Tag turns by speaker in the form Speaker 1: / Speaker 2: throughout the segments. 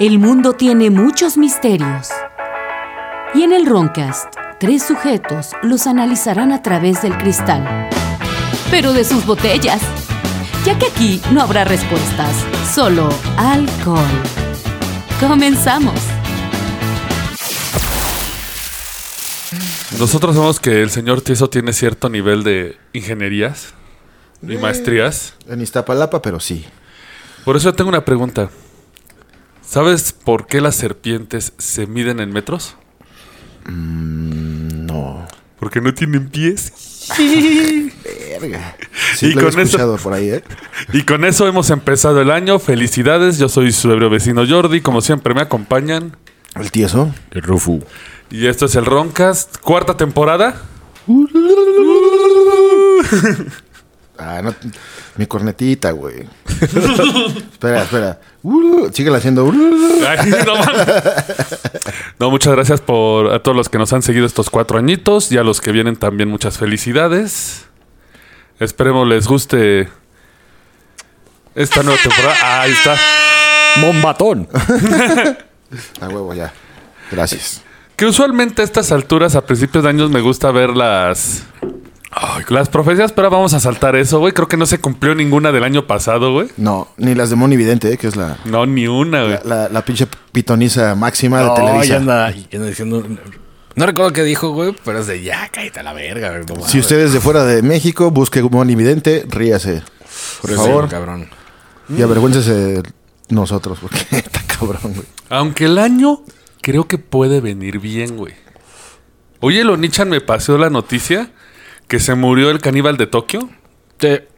Speaker 1: El mundo tiene muchos misterios. Y en el Roncast, tres sujetos los analizarán a través del cristal. Pero de sus botellas. Ya que aquí no habrá respuestas, solo alcohol. Comenzamos.
Speaker 2: Nosotros vemos que el señor Tieso tiene cierto nivel de ingenierías y maestrías.
Speaker 3: En Iztapalapa, pero sí.
Speaker 2: Por eso yo tengo una pregunta. ¿Sabes por qué las serpientes se miden en metros?
Speaker 3: No.
Speaker 2: Porque no tienen pies.
Speaker 3: Verga. Sí,
Speaker 2: Y
Speaker 3: lo había
Speaker 2: con eso-
Speaker 3: escuchado por ahí, ¿eh?
Speaker 2: Y con eso hemos empezado el año. Felicidades, yo soy su ebrio vecino Jordi. Como siempre me acompañan.
Speaker 3: El tieso.
Speaker 4: El Rufu.
Speaker 2: Y esto es el Roncast, cuarta temporada.
Speaker 3: Ah, no. Mi cornetita, güey. espera, espera. Uh, síguela haciendo. uh.
Speaker 2: Ay, no, mames. No, muchas gracias por a todos los que nos han seguido estos cuatro añitos y a los que vienen también muchas felicidades. Esperemos les guste esta nueva temporada. Ah, ahí está.
Speaker 4: Bombatón.
Speaker 3: A huevo, ya. Gracias.
Speaker 2: Que usualmente a estas alturas, a principios de años, me gusta ver las. Ay, las profecías, pero ahora vamos a saltar eso, güey. Creo que no se cumplió ninguna del año pasado, güey.
Speaker 3: No, ni las de Moni Vidente, ¿eh? que es la,
Speaker 2: No, ni una, güey.
Speaker 3: la, la- la pinche pitoniza máxima de
Speaker 4: No,
Speaker 3: Televisa.
Speaker 4: ya anda, ya anda diciendo. No recuerdo qué dijo, güey, pero es de ya, cállate a la verga, güey. no mames.
Speaker 3: Si usted es de fuera de México, busque Moni Vidente, ríase. Por
Speaker 4: Sí,
Speaker 3: favor.
Speaker 4: cabrón.
Speaker 3: Y
Speaker 4: Mm.
Speaker 3: avergüéncese de nosotros, porque está cabrón, güey.
Speaker 2: Aunque el año creo que puede venir bien, güey. Oye, el Onichan me pasó la noticia que se murió el caníbal de Tokio.
Speaker 4: Te-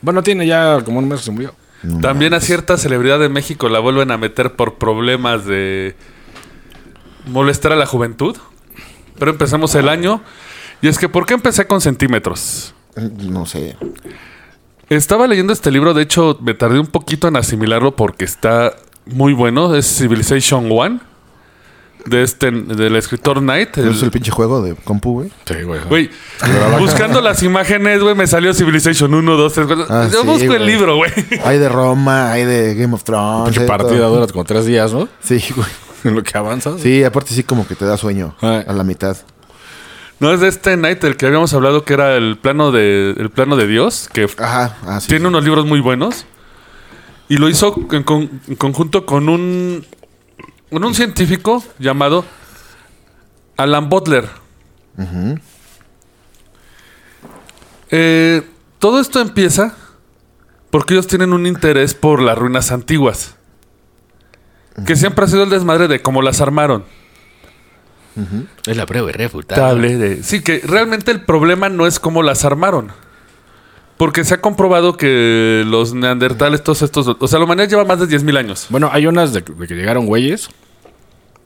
Speaker 4: Bueno, tiene ya como un mes que se murió.
Speaker 2: También a cierta celebridad de México la vuelven a meter por problemas de molestar a la juventud. Pero empezamos el año. Y es que, ¿por qué empecé con centímetros?
Speaker 3: No sé.
Speaker 2: Estaba leyendo este libro, de hecho, me tardé un poquito en asimilarlo porque está muy bueno. Es Civilization One, de este, del escritor Knight.
Speaker 3: ¿No
Speaker 2: el-
Speaker 3: es el pinche juego de compu, güey?
Speaker 4: Sí, güey.
Speaker 2: Güey, buscando las imágenes, güey, me salió Civilization 1, 2, 3, 4.
Speaker 3: Ah,
Speaker 2: Yo
Speaker 3: sí,
Speaker 2: busco el
Speaker 3: güey.
Speaker 2: libro, güey.
Speaker 3: Hay de Roma, hay de Game of Thrones.
Speaker 4: Pinche
Speaker 3: hay de
Speaker 4: partida
Speaker 3: todo.
Speaker 4: dura como tres días, ¿no?
Speaker 3: Sí, güey.
Speaker 4: En lo que avanzas.
Speaker 3: Sí, aparte sí como que te da sueño
Speaker 2: Ah.
Speaker 4: Ay.
Speaker 3: a la mitad.
Speaker 2: No es de este Knight el que habíamos hablado que era el plano de, el plano de Dios, que
Speaker 3: Ajá, ah, sí.
Speaker 2: tiene
Speaker 3: sí.
Speaker 2: unos libros muy buenos. Y lo hizo en, con- en conjunto con un, con un científico llamado Alan Butler. Eh, todo esto empieza porque ellos tienen un interés por las ruinas antiguas. Que siempre ha sido el desmadre de cómo las armaron.
Speaker 4: Es la prueba irrefutable.
Speaker 2: Table de- Sí, que realmente el problema no es cómo las armaron. Porque se ha comprobado que los neandertales, todos estos... O sea, la humanidad lleva más de 10.000 años.
Speaker 4: Bueno, hay unas de, de que llegaron güeyes.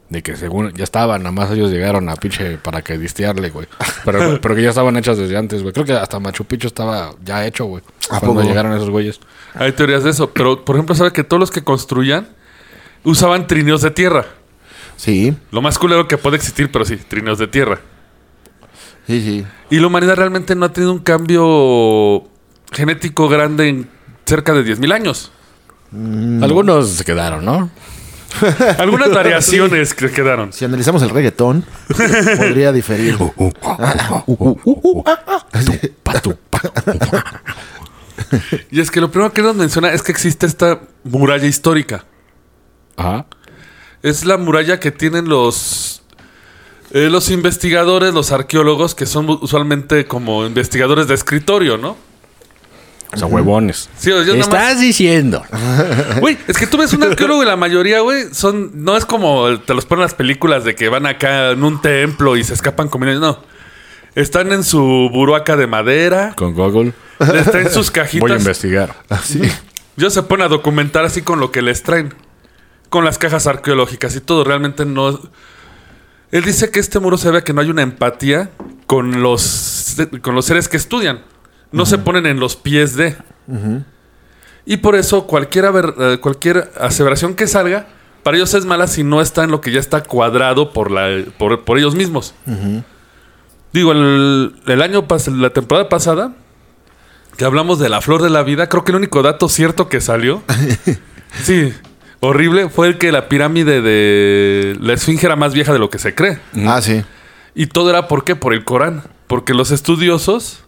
Speaker 4: De que según ya estaban, nada más ellos llegaron a pinche para que distearle, güey. Pero, pero que ya estaban hechas desde antes, güey. Creo que hasta Machu Picchu estaba ya hecho, güey.
Speaker 3: ¿A
Speaker 4: Cuando
Speaker 3: poco?
Speaker 4: llegaron esos güeyes.
Speaker 2: Hay teorías de eso. Pero, por ejemplo, sabe que todos los que construían usaban trineos de tierra.
Speaker 3: Sí,
Speaker 2: Lo más culero que puede existir, pero sí, trineos de tierra.
Speaker 3: sí, sí.
Speaker 2: Y la humanidad realmente no ha tenido un cambio genético grande en cerca de 10.000 años.
Speaker 3: Mm.
Speaker 4: Algunos se quedaron, ¿no?
Speaker 2: Algunas variaciones que quedaron.
Speaker 3: Si analizamos el reggaetón, podría diferir.
Speaker 2: Uh, Y es que lo primero que nos menciona es que existe esta muralla histórica.
Speaker 4: Ajá.
Speaker 2: Es la muralla que tienen los eh, los investigadores, los arqueólogos, que son usualmente como investigadores de escritorio, ¿no?
Speaker 4: O sea, huevones.
Speaker 2: Sí, o sea, yo nada más-
Speaker 4: diciendo?
Speaker 2: Güey, es que tú ves un arqueólogo y la mayoría, güey, son. No es como el- te los ponen las películas de que van acá en un templo y se escapan comiendo. No. Están en su buruaca de madera,
Speaker 4: Con Google.
Speaker 2: están en sus
Speaker 4: Voy a
Speaker 2: cajitas.
Speaker 4: investigar.
Speaker 3: Así.
Speaker 2: Yo se pone a documentar así con lo que les traen. Con las cajas arqueológicas y todo. Realmente no. Él dice que este muro se ve que no hay una empatía con los, con los seres que estudian. No se ponen en los pies de. Y por eso cualquier, aver- eh, cualquier aseveración que salga, para ellos es mala si no está en lo que ya está cuadrado por, la, por, por ellos mismos. Digo, el, el año pas- la temporada pasada, que hablamos de la flor de la vida, creo que el único dato cierto que salió. sí. horrible fue el que la pirámide de la Esfinge era más vieja de lo que se cree.
Speaker 3: Ah, sí.
Speaker 2: Y todo era por qué? Por el Corán. Porque los estudiosos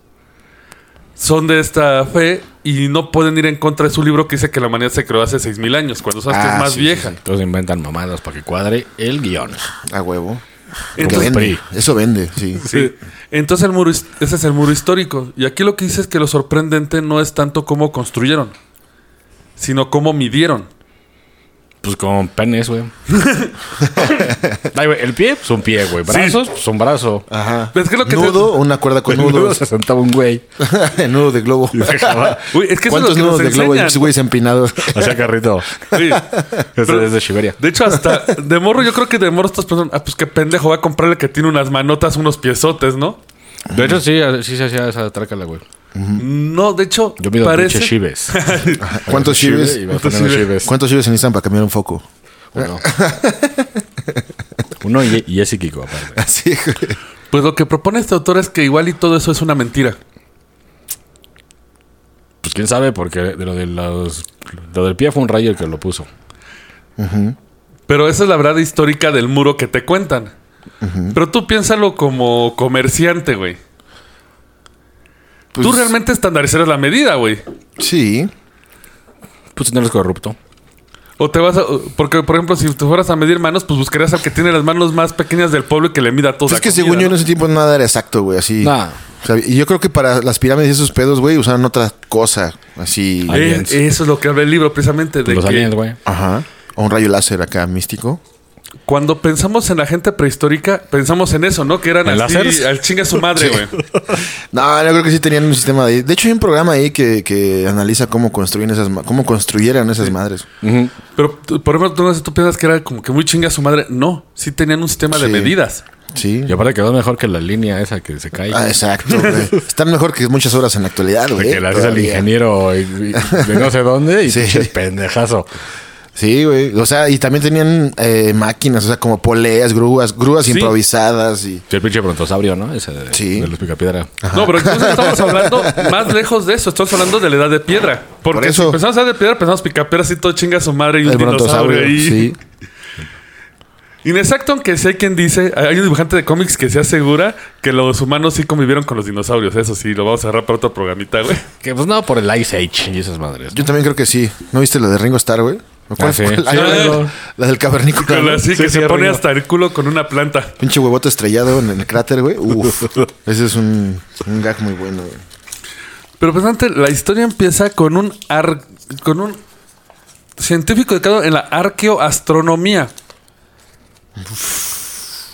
Speaker 2: son de esta fe y no pueden ir en contra de su libro que dice que la humanidad se creó hace 6.000 años, cuando sabes que
Speaker 3: Ah,
Speaker 2: es más
Speaker 3: sí, sí,
Speaker 2: vieja.
Speaker 4: Entonces inventan mamadas para que cuadre el guión.
Speaker 3: A huevo. Porque
Speaker 2: Entonces,
Speaker 3: vende. Eso vende, sí.
Speaker 2: Sí. Entonces el muro, his- ese es el muro histórico. Y aquí lo que dice es que lo sorprendente no es tanto cómo construyeron, sino cómo midieron.
Speaker 4: Pues con penes, güey. Ay, güey, el pie, pues un pie, güey. Brazos, pues un brazo.
Speaker 3: Ajá.
Speaker 2: Es que lo que te-
Speaker 3: Nudo, una cuerda con
Speaker 4: Con nudo
Speaker 3: nudos.
Speaker 4: se sentaba un güey.
Speaker 3: Nudo de globo.
Speaker 2: Uy, es que eso es lo
Speaker 3: ¿Cuántos
Speaker 2: que nos
Speaker 3: nudos de globo?
Speaker 2: enseñan.
Speaker 3: Y güeyes empinados.
Speaker 4: Hacía carrito.
Speaker 2: Sí.
Speaker 4: Eso es de Siberia.
Speaker 2: De hecho, hasta de morro, yo creo que de morro estas personas, ah, pues qué pendejo, va a comprarle que tiene unas manotas, unos piezotes, ¿no?
Speaker 4: De hecho, sí, sí se hacía esa trácala, güey.
Speaker 2: No, de hecho,
Speaker 4: Yo pido
Speaker 2: parece...
Speaker 4: pinches chives.
Speaker 3: ¿Cuántos chives?
Speaker 4: Y vas poniendo chives.
Speaker 3: ¿Cuántos chives necesitan para cambiar un foco?
Speaker 4: Uno. Uno y, y ese Kiko, aparte.
Speaker 3: Así, güey.
Speaker 2: Pues lo que propone este autor es que igual y todo eso es una mentira.
Speaker 4: Pues quién sabe, porque de lo, de los, lo del pie fue un rayo el que lo puso.
Speaker 2: Pero esa es la verdad histórica del muro que te cuentan. Pero tú piénsalo como comerciante, güey.
Speaker 3: Pues,
Speaker 2: Tú realmente estandarizarías la medida, güey.
Speaker 3: Sí.
Speaker 4: Pues no eres corrupto.
Speaker 2: O te vas a... Porque, por ejemplo, si te fueras a medir manos, pues buscarías al que tiene las manos más pequeñas del pueblo y que le mida todo.
Speaker 3: Pues es que según yo en ese tiempo nada era exacto, güey. Así.
Speaker 4: Nah.
Speaker 3: O sea, y yo creo que para las pirámides y esos pedos, güey, usaron otra cosa. Así.
Speaker 4: Ay. aliens.
Speaker 2: Eso es lo que habla el libro, precisamente, de
Speaker 4: Los
Speaker 2: que...
Speaker 4: aliens, güey.
Speaker 3: Ajá. O un rayo láser acá místico.
Speaker 2: Cuando pensamos en la gente prehistórica, pensamos en eso, ¿no? Que eran
Speaker 4: ¿En
Speaker 2: así,
Speaker 4: láseres?
Speaker 2: al chinga su madre, güey.
Speaker 3: No, yo creo que sí tenían un sistema de. De hecho, hay un programa ahí que, que analiza cómo construyen esas ma- cómo construyeron esas madres.
Speaker 2: Pero, tú- por ejemplo, tú, no sé, tú piensas que era como que muy chinga su madre. No, sí tenían un sistema de
Speaker 3: Sí.
Speaker 2: medidas.
Speaker 3: Sí.
Speaker 4: Y aparte quedó mejor que la línea esa que se cae.
Speaker 3: Ah, exacto, güey. Están mejor que muchas horas en la actualidad,
Speaker 4: De
Speaker 3: güey.
Speaker 4: que la haces al
Speaker 3: Todavía.
Speaker 4: ingeniero y- y- de no sé dónde y
Speaker 3: Sí.
Speaker 4: pinche pendejazo.
Speaker 3: Sí, güey. O sea, y también tenían eh, máquinas, o sea, como poleas, grúas, grúas
Speaker 2: Sí.
Speaker 3: improvisadas y.
Speaker 4: Sí, el pinche brontosaurio, ¿no? Ese de,
Speaker 3: Sí.
Speaker 4: de los picapiedra.
Speaker 2: No, pero entonces estamos hablando más lejos de eso. Estamos hablando de la edad de piedra. Porque
Speaker 3: Por eso.
Speaker 2: si pensamos en la edad de piedra, pensamos picaperas y todo chinga su madre y un
Speaker 3: El
Speaker 2: dinosaurio
Speaker 3: brontosaurio.
Speaker 2: ahí.
Speaker 3: Sí.
Speaker 2: Inexacto, aunque sí hay quien dice, hay un dibujante de cómics que se asegura que los humanos sí convivieron con los dinosaurios. Eso sí, lo vamos a agarrar para otro programita, güey.
Speaker 4: Que pues no, por el Ice Age y esas madres.
Speaker 3: Yo también creo que sí. ¿No viste la de Ringo Starr, güey? ¿O cuál
Speaker 4: Ah, sí.
Speaker 3: fue?
Speaker 4: Sí,
Speaker 3: La,
Speaker 2: Ringo.
Speaker 3: la del cavernícola.
Speaker 2: Pero
Speaker 3: ¿no?
Speaker 2: así
Speaker 4: Sí,
Speaker 2: que se
Speaker 4: sí,
Speaker 2: pone
Speaker 4: arriba.
Speaker 2: hasta el culo con una planta.
Speaker 3: Pinche huevote estrellado en el cráter, güey. Uf. Ese es un, un gag muy bueno, güey.
Speaker 2: Pero pues antes, la historia empieza con un ar- con un científico dedicado en la arqueoastronomía.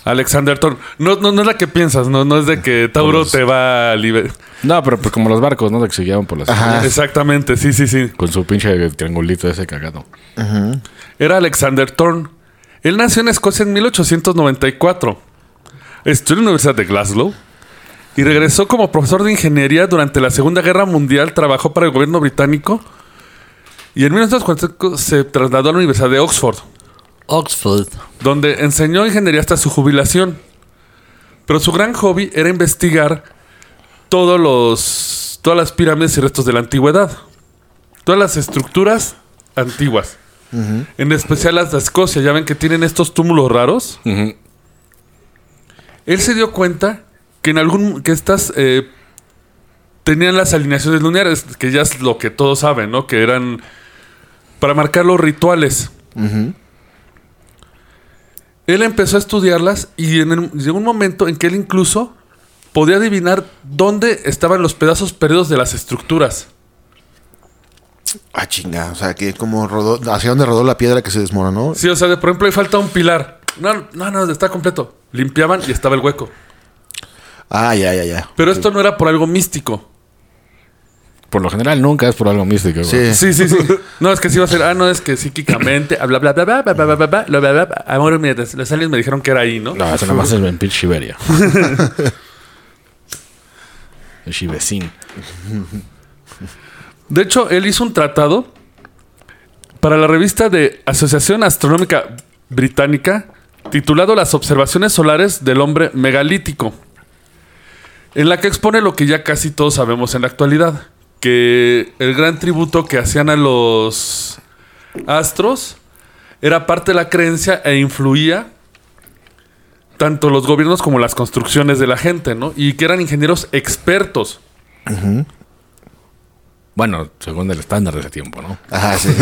Speaker 2: Alexander Thorne. No, no, no es la que piensas, no, no es de que Tauro te va a liberar.
Speaker 4: No, pero pues, como los barcos, ¿no? De que se guiaban por las.
Speaker 2: Ah.
Speaker 3: Ajá.
Speaker 2: Exactamente, sí, sí, sí.
Speaker 4: Con su pinche triangulito ese cagado.
Speaker 2: Era Alexander Thorne. Él nació en Escocia en 1894. Estudió en la Universidad de Glasgow y regresó como profesor de ingeniería durante la Segunda Guerra Mundial. Trabajó para el gobierno británico y en 1945 se trasladó a la Universidad de Oxford,
Speaker 4: Oxford.
Speaker 2: donde enseñó ingeniería hasta su jubilación. Pero su gran hobby era investigar todos los, todas las pirámides y restos de la antigüedad. Todas las estructuras antiguas. En especial las de Escocia. Ya ven que tienen estos túmulos raros. Él se dio cuenta que en algún. que estas. eh, tenían las alineaciones lunares, que ya es lo que todos saben, ¿no? Que eran. para marcar los rituales. Él empezó a estudiarlas y en el- llegó un momento en que él incluso podía adivinar dónde estaban los pedazos perdidos de las estructuras.
Speaker 3: Ah, chinga. O sea, que como rodó, hacia dónde rodó la piedra que se desmoronó.
Speaker 2: Sí, o sea, de, por ejemplo, ahí falta un pilar. No, no, no, está completo. Limpiaban y estaba el hueco.
Speaker 3: Ah, ya, ya, ya.
Speaker 2: Pero esto no era por algo místico.
Speaker 4: Por lo general nunca es por algo místico, güey.
Speaker 2: Sí,
Speaker 3: Sí.
Speaker 2: sí, sí. No, es que sí iba a ser, ah, no, es que psíquicamente, ah, bla, bla, bla, bla, bla, bla, bla, bla, bla, bla, bla, bla, bla. Amor, mira, los aliens me dijeron que era ahí, ¿no?
Speaker 4: No, eso nada más es en pinche Siberia. En Shibesín.
Speaker 2: De hecho, él hizo un tratado para la revista de Asociación Astronómica Británica titulado Las observaciones solares del hombre megalítico, en la que expone lo que ya casi todos sabemos en la actualidad, que el gran tributo que hacían a los astros era parte de la creencia e influía tanto los gobiernos como las construcciones de la gente, ¿no? Y que eran ingenieros expertos.
Speaker 4: Bueno, según el estándar de ese tiempo, ¿no?
Speaker 3: Ajá, sí.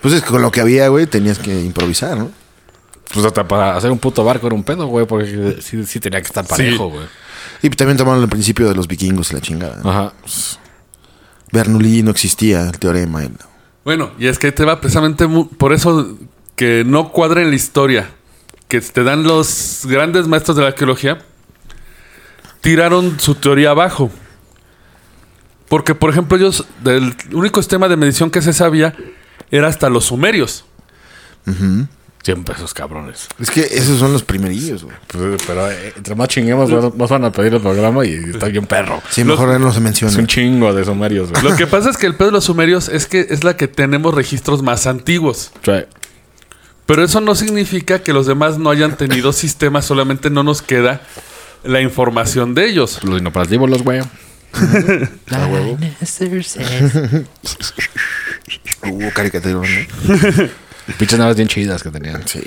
Speaker 3: pues es que con lo que había, güey, tenías que improvisar, ¿no?
Speaker 4: Pues hasta para hacer un puto barco era un pedo, güey, porque sí, sí tenía que estar parejo, güey.
Speaker 3: Y también tomaron el principio de los vikingos y la chingada. ¿no?
Speaker 4: Ajá.
Speaker 3: Bernoulli no existía, el teorema. el-
Speaker 2: Bueno, y es que ahí te va precisamente mu- por eso que no cuadra en la historia, que te dan los grandes maestros de la arqueología, tiraron su teoría abajo. Porque, por ejemplo, ellos, del único sistema de medición que se sabía era hasta los sumerios.
Speaker 4: Siempre esos cabrones.
Speaker 3: Es que esos son los primerillos, güey.
Speaker 4: Pues, pero eh, entre más chinguemos, más, más van a pedir el programa y está bien perro.
Speaker 3: Sí, mejor no se menciona.
Speaker 4: Es un chingo de sumarios, güey.
Speaker 2: Lo que pasa es que el pedo de los sumerios es que es la que tenemos registros más antiguos.
Speaker 4: O sea,
Speaker 2: Pero eso no significa que los demás no hayan tenido sistemas, solamente no nos queda la información de ellos.
Speaker 4: Los inoperativos, güey.
Speaker 3: Hubo caricatura, ¿no?
Speaker 4: Pinches naves bien chidas que tenían.
Speaker 3: Sí.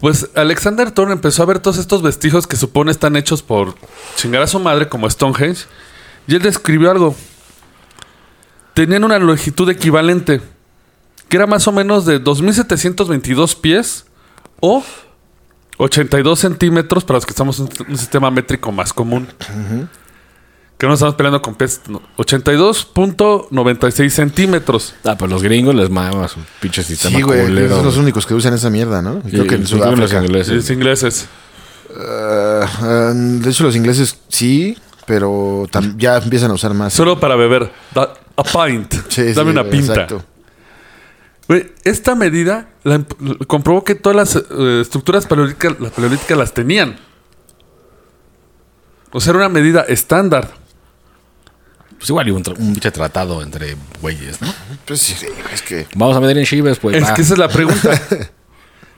Speaker 2: Pues Alexander Thorne empezó a ver todos estos vestigios que supone están hechos por chingar a su madre, como Stonehenge, y él describió algo. Tenían una longitud equivalente, que era más o menos de 2.722 pies o 82 centímetros para los que estamos en un sistema métrico más común. Que no estamos peleando con pies. no, 82.96 centímetros.
Speaker 4: Ah, pues los gringos les mama su pinche sistema
Speaker 3: Sí, güey.
Speaker 4: culero.
Speaker 3: Son los únicos que usan esa mierda, ¿no? Creo
Speaker 4: Y-
Speaker 3: que en
Speaker 4: y creo que los
Speaker 3: Sudáfrica.
Speaker 2: Los
Speaker 4: ingleses.
Speaker 2: ingleses.
Speaker 3: Ah, ah, de hecho, los ingleses sí, pero tam- ya empiezan a usar más.
Speaker 2: Solo para beber. Da- a pint.
Speaker 3: Sí, sí,
Speaker 2: Dame una
Speaker 3: güey,
Speaker 2: pinta.
Speaker 3: Exacto.
Speaker 2: Güey, esta medida la imp- l- comprobó que todas las eh, estructuras paleolíticas, las paleolíticas las tenían. O sea, era una medida estándar.
Speaker 4: Pues igual y un, tra- un pinche tratado entre güeyes, ¿no?
Speaker 3: Pues sí, sí, güey, es que.
Speaker 4: Vamos a meter en Chives, pues.
Speaker 2: Es
Speaker 4: va.
Speaker 2: que esa es la pregunta.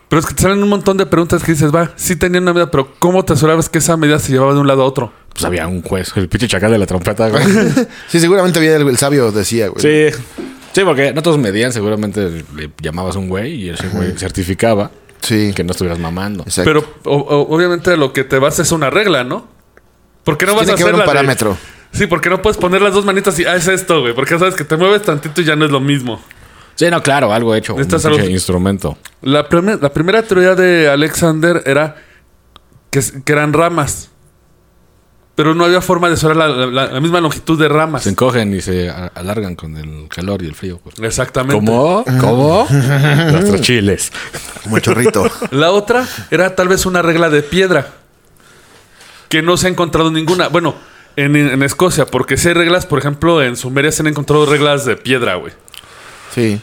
Speaker 2: pero es que te salen un montón de preguntas que dices, va, sí tenían una medida, pero ¿cómo te asegurabas que esa medida se llevaba de un lado a otro?
Speaker 4: Pues había un juez, el pinche chacal de la trompeta, güey.
Speaker 3: Sí, seguramente había el, el sabio decía, güey.
Speaker 4: sí. Sí, porque no todos medían, seguramente le llamabas a un güey y ese güey certificaba
Speaker 3: Sí.
Speaker 4: que no estuvieras mamando.
Speaker 3: Exacto.
Speaker 2: Pero o- o- obviamente lo que te vas es una regla, ¿no? Porque no vas a
Speaker 3: Tiene que
Speaker 2: hacer
Speaker 3: haber un
Speaker 2: la de-
Speaker 3: parámetro.
Speaker 2: Sí, porque no puedes poner las dos manitas y ah, es esto, güey. Porque sabes que te mueves tantito y ya no es lo mismo.
Speaker 4: Sí, no, claro, algo hecho. Un
Speaker 2: Necesitas
Speaker 4: pinche
Speaker 2: algo-
Speaker 4: instrumento.
Speaker 2: La, primer- la primera teoría de Alexander era que, s- que eran ramas. Pero no había forma de saber la, la- la misma longitud de ramas.
Speaker 4: Se encogen y se a- alargan con el calor y el frío. güey.
Speaker 2: Exactamente.
Speaker 4: ¿Cómo? ¿Cómo? Nuestros chiles.
Speaker 3: Como el chorrito.
Speaker 2: La otra era tal vez una regla de piedra. Que no se ha encontrado ninguna. Bueno, en, en Escocia, porque si hay reglas, por ejemplo, en Sumeria se han encontrado reglas de piedra, güey.
Speaker 3: Sí.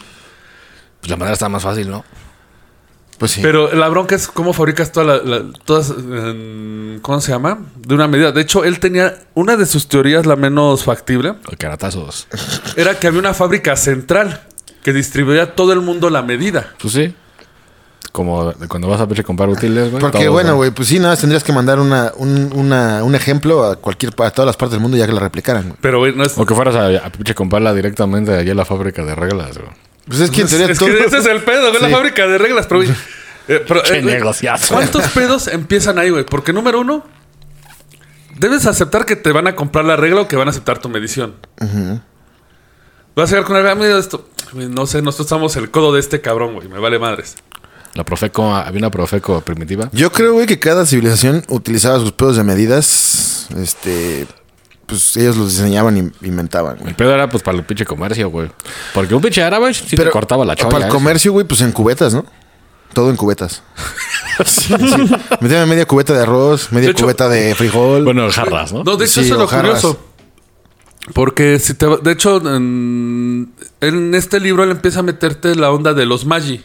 Speaker 4: Pues la madera está más fácil, ¿no?
Speaker 3: Pues sí.
Speaker 2: Pero la bronca es cómo fabricas toda la- la- todas. em, ¿Cómo se llama? De una medida. De hecho, él tenía una de sus teorías, la menos factible.
Speaker 4: O caratazos.
Speaker 2: era que había una fábrica central que distribuía a todo el mundo la medida.
Speaker 4: Pues sí. Como de cuando vas a pinche comprar útiles, güey.
Speaker 3: Porque
Speaker 4: todos,
Speaker 3: bueno,
Speaker 4: ¿no?
Speaker 3: güey, pues sí, nada, más tendrías que mandar una, un, una- un ejemplo a cualquier pa- a todas las partes del mundo ya que la replicaran, güey.
Speaker 2: Pero güey, no es.
Speaker 4: O que fueras a, a pinche comprarla directamente allá en la fábrica de reglas, güey.
Speaker 3: Pues es que en teoría
Speaker 2: es
Speaker 3: todo-
Speaker 2: que ese es el pedo, güey, la
Speaker 3: Sí.
Speaker 2: fábrica de reglas, pero. güey, eh, pero,
Speaker 4: Qué
Speaker 2: eh, güey,
Speaker 4: negociazo.
Speaker 2: ¿Cuántos pedos empiezan ahí, güey? Porque número uno, debes aceptar que te van a comprar la regla o que van a aceptar tu medición. Vas a llegar con la regla, "Ah, mira esto. Güey, No sé, nosotros estamos el codo de este cabrón, güey. Me vale madres.
Speaker 4: La Profeco, ah, había una Profeco primitiva.
Speaker 3: Yo creo, güey, que cada civilización utilizaba sus pedos de medidas. Este. Pues ellos los diseñaban e inventaban, güey.
Speaker 4: El pedo era pues para el pinche comercio, güey. Porque un pinche árabe sí te cortaba la cholla.
Speaker 3: Para el
Speaker 4: ¿eh?
Speaker 3: comercio, güey, pues en cubetas, ¿no? Todo en cubetas. sí, sí. Metían media cubeta de arroz, media
Speaker 2: De hecho-
Speaker 3: cubeta de frijol.
Speaker 4: Bueno, jarras, ¿no?
Speaker 2: No, de hecho,
Speaker 3: Sí,
Speaker 2: eso es lo
Speaker 3: hojarras.
Speaker 2: curioso. Porque si te. va- De hecho, en, en este libro él empieza a meterte la onda de los magi.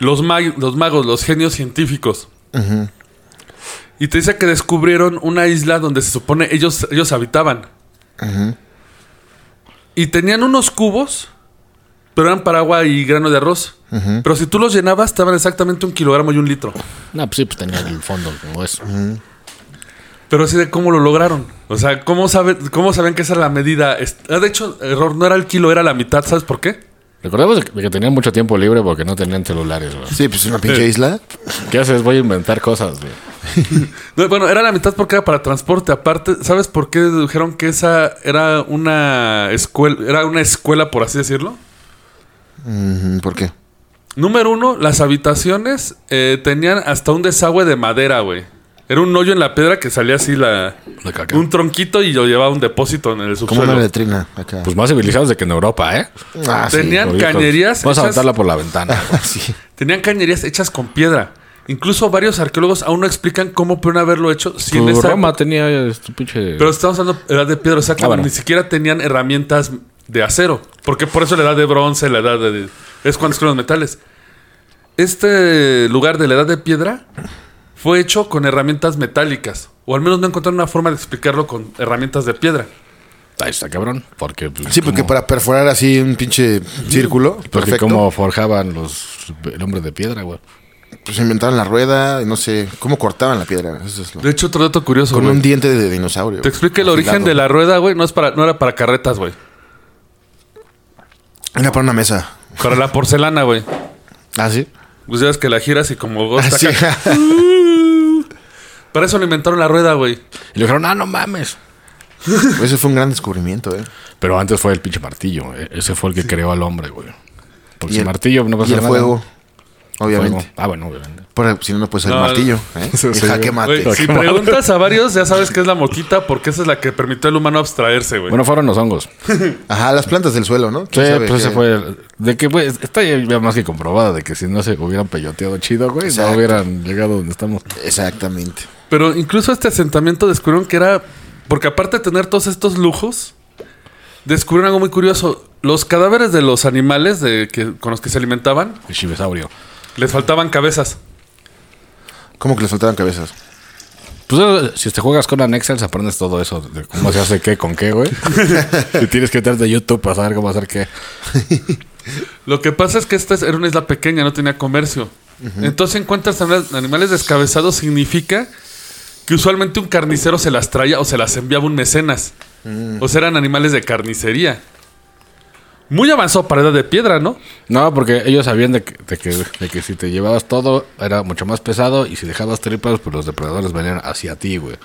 Speaker 2: Los, ma- los magos, los genios científicos. Y te dice que descubrieron una isla donde se supone ellos, ellos habitaban. Y tenían unos cubos, pero eran para agua y grano de arroz. Pero si tú los llenabas, estaban exactamente un kilogramo y un litro.
Speaker 4: No, pues sí, pues tenía el fondo como eso.
Speaker 2: Pero así de cómo lo lograron. O sea, ¿cómo, sabe, cómo sabían que esa era la medida? Est- ah, De hecho, error, no era el kilo, era la mitad. ¿Sabes por qué?
Speaker 4: Recordemos de que tenían mucho tiempo libre porque no tenían celulares, güey.
Speaker 3: Sí, pues una
Speaker 4: eh,
Speaker 3: pinche isla.
Speaker 4: ¿Qué haces? Voy a inventar cosas, güey.
Speaker 2: No, bueno, era la mitad porque era para transporte. Aparte, ¿sabes por qué dedujeron que esa era una escuela, era una escuela, por así decirlo?
Speaker 3: Mm, ¿Por qué?
Speaker 4: pues,
Speaker 2: Número uno, las habitaciones eh, tenían hasta un desagüe de madera, güey. Era un hoyo en la piedra que salía así la,
Speaker 4: La caca.
Speaker 2: un tronquito y lo llevaba a un depósito en el
Speaker 3: Como
Speaker 2: subsuelo.
Speaker 3: una letrina acá.
Speaker 4: Pues más civilizados de que en Europa, ¿eh?
Speaker 3: ah, sí.
Speaker 2: Tenían
Speaker 4: Por Dios,
Speaker 2: cañerías.
Speaker 4: Vamos a
Speaker 2: esas-
Speaker 4: aventarla por la ventana. güey.
Speaker 3: Sí.
Speaker 2: Tenían cañerías hechas con piedra. Incluso varios arqueólogos aún no explican cómo pudieron haberlo hecho si en
Speaker 4: Pues
Speaker 2: esa
Speaker 4: Roma
Speaker 2: época-
Speaker 4: tenía este pinche...
Speaker 2: Pero estamos hablando de edad de piedra, o sea, que
Speaker 4: Ah, bueno.
Speaker 2: ni siquiera tenían herramientas de acero. Porque por eso la edad de bronce, la edad de. Es cuando son los metales. Este lugar de la edad de piedra fue hecho con herramientas metálicas. O al menos no encontraron una forma de explicarlo con herramientas de piedra.
Speaker 4: Ahí está, cabrón. Porque... pues,
Speaker 3: Sí, porque
Speaker 4: como-
Speaker 3: para perforar así un pinche círculo,
Speaker 4: Porque
Speaker 3: perfecto.
Speaker 4: como forjaban los... El hombre de piedra, güey.
Speaker 3: Pues inventaron la rueda, no sé, cómo cortaban la piedra. Eso es lo-
Speaker 2: De hecho, otro dato curioso,
Speaker 3: Con
Speaker 2: güey.
Speaker 3: un diente de dinosaurio.
Speaker 2: Te expliqué el origen de la rueda, güey. No, es para- no era para carretas, güey.
Speaker 3: Era para una mesa.
Speaker 2: Para la porcelana, güey.
Speaker 3: Ah, sí.
Speaker 2: Pues ya ves que la giras y como vos
Speaker 3: Así.
Speaker 2: taca- Para eso lo inventaron la rueda, güey.
Speaker 4: Y le dijeron, ah, no mames.
Speaker 3: Ese fue un gran descubrimiento, ¿eh?
Speaker 4: Pero antes fue el pinche martillo. e- Ese fue el que creó al hombre, güey. Porque
Speaker 3: Y
Speaker 4: sin
Speaker 3: el-
Speaker 4: martillo no pasa
Speaker 3: y el
Speaker 4: nada.
Speaker 3: fuego, obviamente.
Speaker 4: Fuego. Ah, bueno, obviamente.
Speaker 3: Por- si no, no puede ser
Speaker 2: No,
Speaker 3: el martillo. ¿eh?
Speaker 4: Sí,
Speaker 3: El
Speaker 4: sí,
Speaker 3: jaque mate.
Speaker 2: Güey, si
Speaker 4: Qué mal.
Speaker 2: preguntas a varios, ya sabes que es la moquita, porque esa es la que permitió al humano abstraerse, güey.
Speaker 4: Bueno, fueron los hongos.
Speaker 3: Ajá, las plantas del suelo, ¿no?
Speaker 4: Sí,
Speaker 3: ¿Quién sabe
Speaker 4: pues ese
Speaker 3: qué?
Speaker 4: fue. el- De que, güey, está ya más que comprobada de que si no se hubieran peyoteado chido, güey,
Speaker 3: Exacto.
Speaker 4: no hubieran llegado donde estamos.
Speaker 3: Exactamente.
Speaker 2: Pero incluso este asentamiento descubrieron que era. Porque aparte de tener todos estos lujos, descubrieron algo muy curioso. Los cadáveres de los animales de que, con los que se alimentaban,
Speaker 4: El chivesaurio.
Speaker 2: les faltaban cabezas.
Speaker 3: ¿Cómo que les faltaban cabezas?
Speaker 4: Pues eh, si te juegas con Anexels, aprendes todo eso de cómo se hace qué con qué, güey. y tienes que entrar de YouTube para saber cómo hacer qué.
Speaker 2: Lo que pasa es que esta era una isla pequeña, no tenía comercio. Entonces encuentras anim- animales descabezados, significa que usualmente un carnicero se las traía o se las enviaba un mecenas.
Speaker 4: Mm.
Speaker 2: O sea, eran animales de carnicería. Muy avanzado para edad de piedra, ¿no?
Speaker 4: No, porque ellos sabían de que, de que, de que si te llevabas todo era mucho más pesado y si dejabas tripas, pues los depredadores venían hacia ti, güey.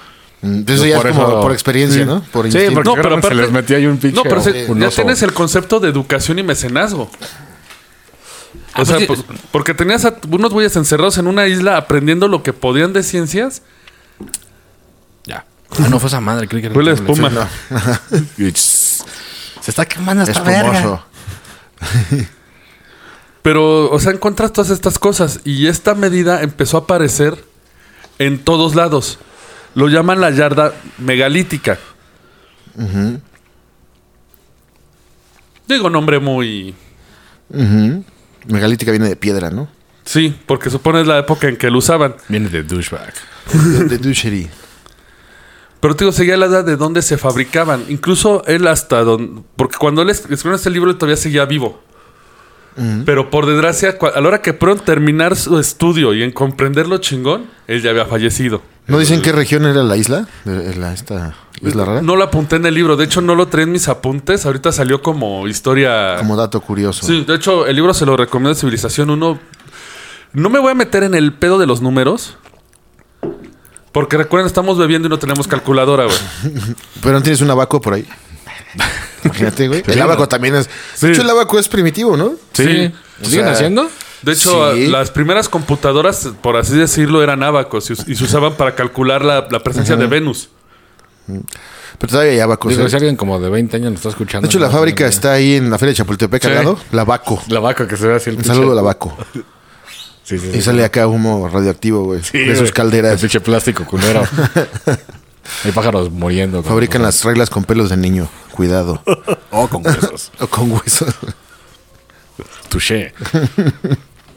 Speaker 3: Mm, Entonces
Speaker 4: Yo
Speaker 3: ya
Speaker 4: Pues por
Speaker 3: es como
Speaker 4: eso-
Speaker 3: por experiencia,
Speaker 4: Sí.
Speaker 3: ¿no? Por
Speaker 4: Sí,
Speaker 3: instinto.
Speaker 4: porque seguramente se les metía ahí un pinche
Speaker 2: No, pero se-
Speaker 4: un
Speaker 2: ya
Speaker 4: oso.
Speaker 2: tienes el concepto de educación y mecenazgo. O sea,
Speaker 4: pues sí.
Speaker 2: por- porque tenías a unos güeyes encerrados en una isla aprendiendo lo que podían de ciencias.
Speaker 4: Ya. Ah, no fue esa madre, creo que era
Speaker 2: Huele a
Speaker 4: el
Speaker 2: espuma.
Speaker 4: tablet. Y, tss, Se está quemando esta verga.
Speaker 3: Espumoso.
Speaker 2: Pero, o sea, encuentras todas estas cosas y esta medida empezó a aparecer en todos lados. Lo llaman la yarda megalítica. Digo, nombre muy...
Speaker 3: Ujú. Megalítica viene de piedra, ¿no?
Speaker 2: Sí, porque supone es la época en que lo usaban.
Speaker 4: Viene de douchebag.
Speaker 3: De, de Duchery.
Speaker 2: Pero te digo, seguía la edad de donde se fabricaban. Incluso él hasta donde... Porque cuando él es- escribió este libro él todavía seguía vivo. Pero por desgracia, cua- a la hora que pronto terminar su estudio y en comprenderlo chingón, él ya había fallecido.
Speaker 3: ¿No dicen qué región era la isla? De- de la, esta isla rara.
Speaker 2: No lo apunté en el libro, de hecho no lo traen mis apuntes, ahorita salió como historia...
Speaker 3: Como dato curioso.
Speaker 2: Sí, de hecho el libro se lo recomiendo Civilización 1. No me voy a meter en el pedo de los números, porque recuerden, estamos bebiendo y no tenemos calculadora, güey.
Speaker 3: Pero no tienes un abaco por ahí. Imagínate, güey. El abaco también es.
Speaker 2: Sí.
Speaker 3: De hecho, el abaco es primitivo, ¿no?
Speaker 2: Sí.
Speaker 4: ¿Lo siguen
Speaker 3: sea,
Speaker 4: haciendo?
Speaker 2: De hecho,
Speaker 3: Sí.
Speaker 2: las primeras computadoras, por así decirlo, eran abacos y, us- y se usaban para calcular la, la presencia de Venus.
Speaker 3: Pero todavía hay abacos.
Speaker 4: Digo,
Speaker 3: ¿eh?
Speaker 4: si alguien como de 20 años lo está escuchando.
Speaker 3: De hecho, la
Speaker 4: no,
Speaker 3: fábrica
Speaker 4: no, no.
Speaker 3: está ahí en la Feria de Chapultepec al
Speaker 2: Sí.
Speaker 3: lado. La Baco.
Speaker 4: La vaca que se ve así el
Speaker 3: Un
Speaker 4: pinche-
Speaker 3: saludo a la Baco.
Speaker 4: Sí, sí, sí.
Speaker 3: Y sale acá humo radioactivo, güey.
Speaker 4: Sí,
Speaker 3: de sus
Speaker 4: güey. El
Speaker 3: calderas.
Speaker 4: pinche plástico culero. Hay pájaros muriendo. con-
Speaker 3: Fabrican las reglas con pelos de niño. Cuidado.
Speaker 4: Oh, con huesos.
Speaker 3: o con huesos.
Speaker 4: Touché.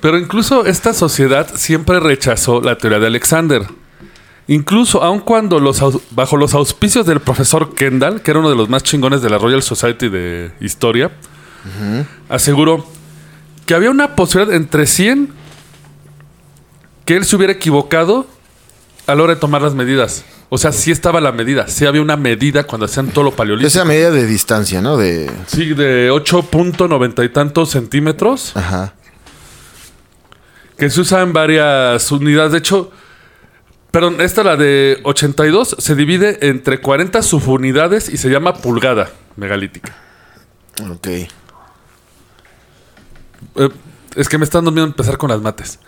Speaker 2: Pero incluso esta sociedad siempre rechazó la teoría de Alexander. Incluso aun cuando los aus- bajo los auspicios del profesor Kendall, que era uno de los más chingones de la Royal Society de Historia, aseguró que había una posibilidad entre 100 que él se hubiera equivocado a la hora de tomar las medidas. O sea, sí estaba la medida. Sí había una medida cuando hacían todo lo paleolítico.
Speaker 3: Esa medida de distancia, ¿no? De.
Speaker 2: Sí, de 8.90 y tantos centímetros.
Speaker 3: Ajá.
Speaker 2: Que se usa en varias unidades. De hecho, perdón, esta la de 82 se divide entre 40 subunidades y se llama pulgada megalítica.
Speaker 3: Ok.
Speaker 2: Eh, es que me están dando miedo empezar con las mates.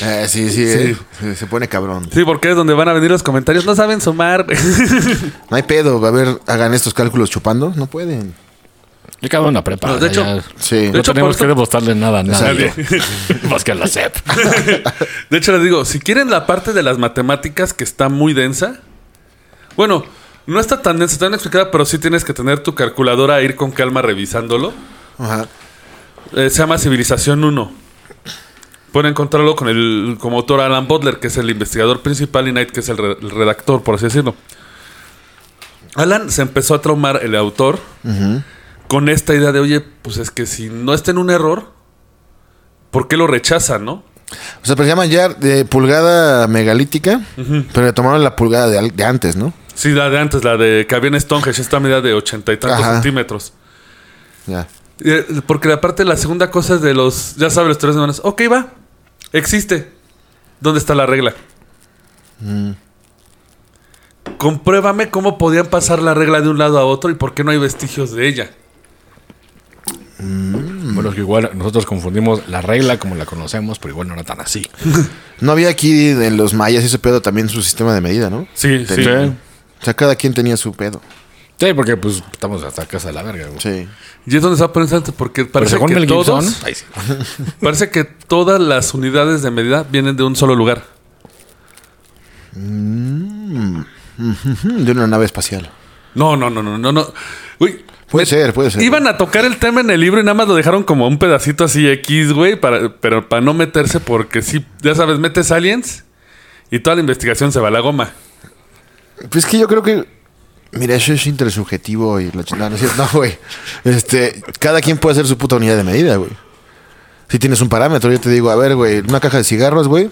Speaker 3: Eh, sí, sí, eh. Se- Se pone cabrón.
Speaker 2: Sí, porque es donde van a venir los comentarios. No saben sumar.
Speaker 3: No hay pedo. A ver, hagan estos cálculos chupando. No pueden.
Speaker 4: Yo acabo en la prepa.
Speaker 2: No, Pues, de
Speaker 4: ya-
Speaker 2: hecho-
Speaker 4: ya-
Speaker 3: Sí.
Speaker 2: De
Speaker 4: no
Speaker 2: hecho, por
Speaker 4: tenemos
Speaker 2: eso-
Speaker 4: que demostrarle nada a nadie.
Speaker 2: Nadie.
Speaker 4: Más que a la SEP.
Speaker 2: De hecho, les digo, si quieren la parte de las matemáticas que está muy densa, bueno, no está tan densa, está bien explicada, pero sí tienes que tener tu calculadora e ir con calma revisándolo.
Speaker 3: Ajá.
Speaker 2: Eh, se llama Civilización 1. Pueden encontrarlo con el como autor Alan Butler, que es el investigador principal, y Knight, que es el, re- el redactor, por así decirlo. Alan se empezó a traumar el autor con esta idea de, oye, pues es que si no está en un error, ¿por qué lo rechazan, no?
Speaker 3: O sea, pero se llama ya de pulgada megalítica. Pero le tomaron la pulgada de, al- de antes, ¿no?
Speaker 2: Sí, la de antes, la de que había en Stonehenge, esta medida de ochenta y tantos
Speaker 3: Ajá.
Speaker 2: centímetros.
Speaker 3: Ya.
Speaker 2: Eh, Porque la parte, la segunda cosa es de los, ya sabes, los tres hermanos. Ok, va, existe. ¿Dónde está la regla?
Speaker 4: Mm.
Speaker 2: Compruébame cómo podían pasar la regla de un lado a otro y por qué no hay vestigios de ella.
Speaker 4: Bueno, es que igual nosotros confundimos la regla como la conocemos, pero igual no era tan así.
Speaker 3: No había aquí en los mayas ese pedo también su sistema de medida, ¿no?
Speaker 2: Sí, sí.
Speaker 3: Tenía- O sea, cada quien tenía su pedo.
Speaker 4: Sí, porque pues estamos hasta casa de la verga. güey.
Speaker 3: Sí.
Speaker 2: Y es donde está interesante porque
Speaker 4: Pero
Speaker 2: parece
Speaker 4: según
Speaker 2: que,
Speaker 4: Mel Gibson,
Speaker 2: todos,
Speaker 4: ahí sí.
Speaker 2: parece que todas las unidades de medida vienen de un solo lugar.
Speaker 3: Ujú, Hmm, De una nave espacial.
Speaker 2: No, no, no, no, no, no. Uy,
Speaker 3: Puede ser, puede ser.
Speaker 2: Iban a tocar el tema en el libro y nada más lo dejaron como un pedacito así X, güey, para, pero para no meterse porque sí, ya sabes, metes aliens y toda la investigación se va a la goma.
Speaker 3: Pues es que yo creo que. Mira, eso es intersubjetivo y la chingada. No, es cierto, no, güey. Este, cada quien puede hacer su puta unidad de medida, güey. Si tienes un parámetro, yo te digo, a ver, güey, una caja de cigarros, güey.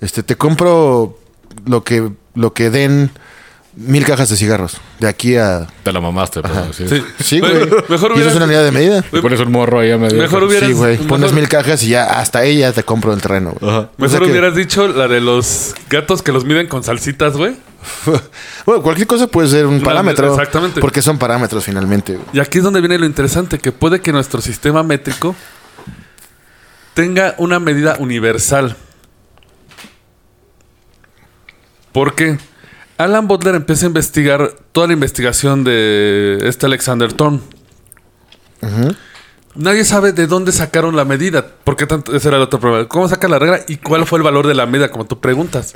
Speaker 3: Este, te compro lo que, lo que den mil cajas de cigarros. De aquí a.
Speaker 4: Te la mamaste, pero sí.
Speaker 2: Sí,
Speaker 3: Sí,
Speaker 2: Me-
Speaker 3: güey.
Speaker 2: Mejor
Speaker 3: Y eso es
Speaker 2: hubiera.
Speaker 3: una unidad de medida.
Speaker 4: Te pones un morro ahí a medio.
Speaker 2: Mejor hubieras,
Speaker 3: Sí, güey.
Speaker 2: mejor-
Speaker 3: Pones mil cajas y ya hasta ella te compro el terreno, güey. O sea
Speaker 2: mejor
Speaker 3: que-
Speaker 2: hubieras dicho la de los gatos que los miden con salsitas, güey.
Speaker 3: Bueno, cualquier cosa puede ser un
Speaker 2: Una-
Speaker 3: parámetro.
Speaker 2: exactamente.
Speaker 3: Porque son parámetros finalmente, güey.
Speaker 2: Y aquí es donde viene lo interesante, que puede que nuestro sistema métrico tenga una medida universal. Porque Alan Butler empieza a investigar toda la investigación de este Alexander Thorne. Nadie sabe de dónde sacaron la medida, porque tanto, ese era el otro problema. ¿Cómo sacan la regla y cuál fue el valor de la medida, como tú preguntas?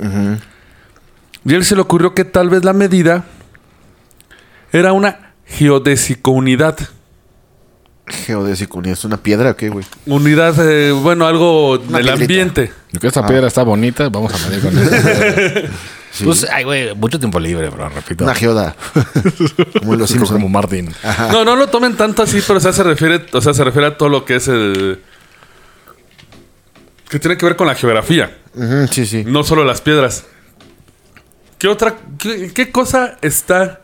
Speaker 2: Y a él se le ocurrió que tal vez la medida era una geodésico unidad.
Speaker 3: Geodésico, unidad. ¿Es una piedra o qué, güey?
Speaker 2: Unidad, eh, bueno, algo del
Speaker 3: piedrita.
Speaker 2: ambiente.
Speaker 4: Que
Speaker 3: Ah.
Speaker 4: esta piedra está bonita, vamos a medir con ella. Pues, ay, güey, mucho tiempo libre, bro, repito.
Speaker 3: Una geoda. Como los
Speaker 4: Como-
Speaker 3: Simpson.
Speaker 4: como Martin.
Speaker 2: No, no lo tomen tanto así, pero o sea, se refiere, o sea, se refiere a todo lo que es el que tiene que ver con la geografía,
Speaker 3: Ujú, sí, sí.
Speaker 4: Mm.
Speaker 2: no solo las piedras. ¿Qué otra qué, qué cosa está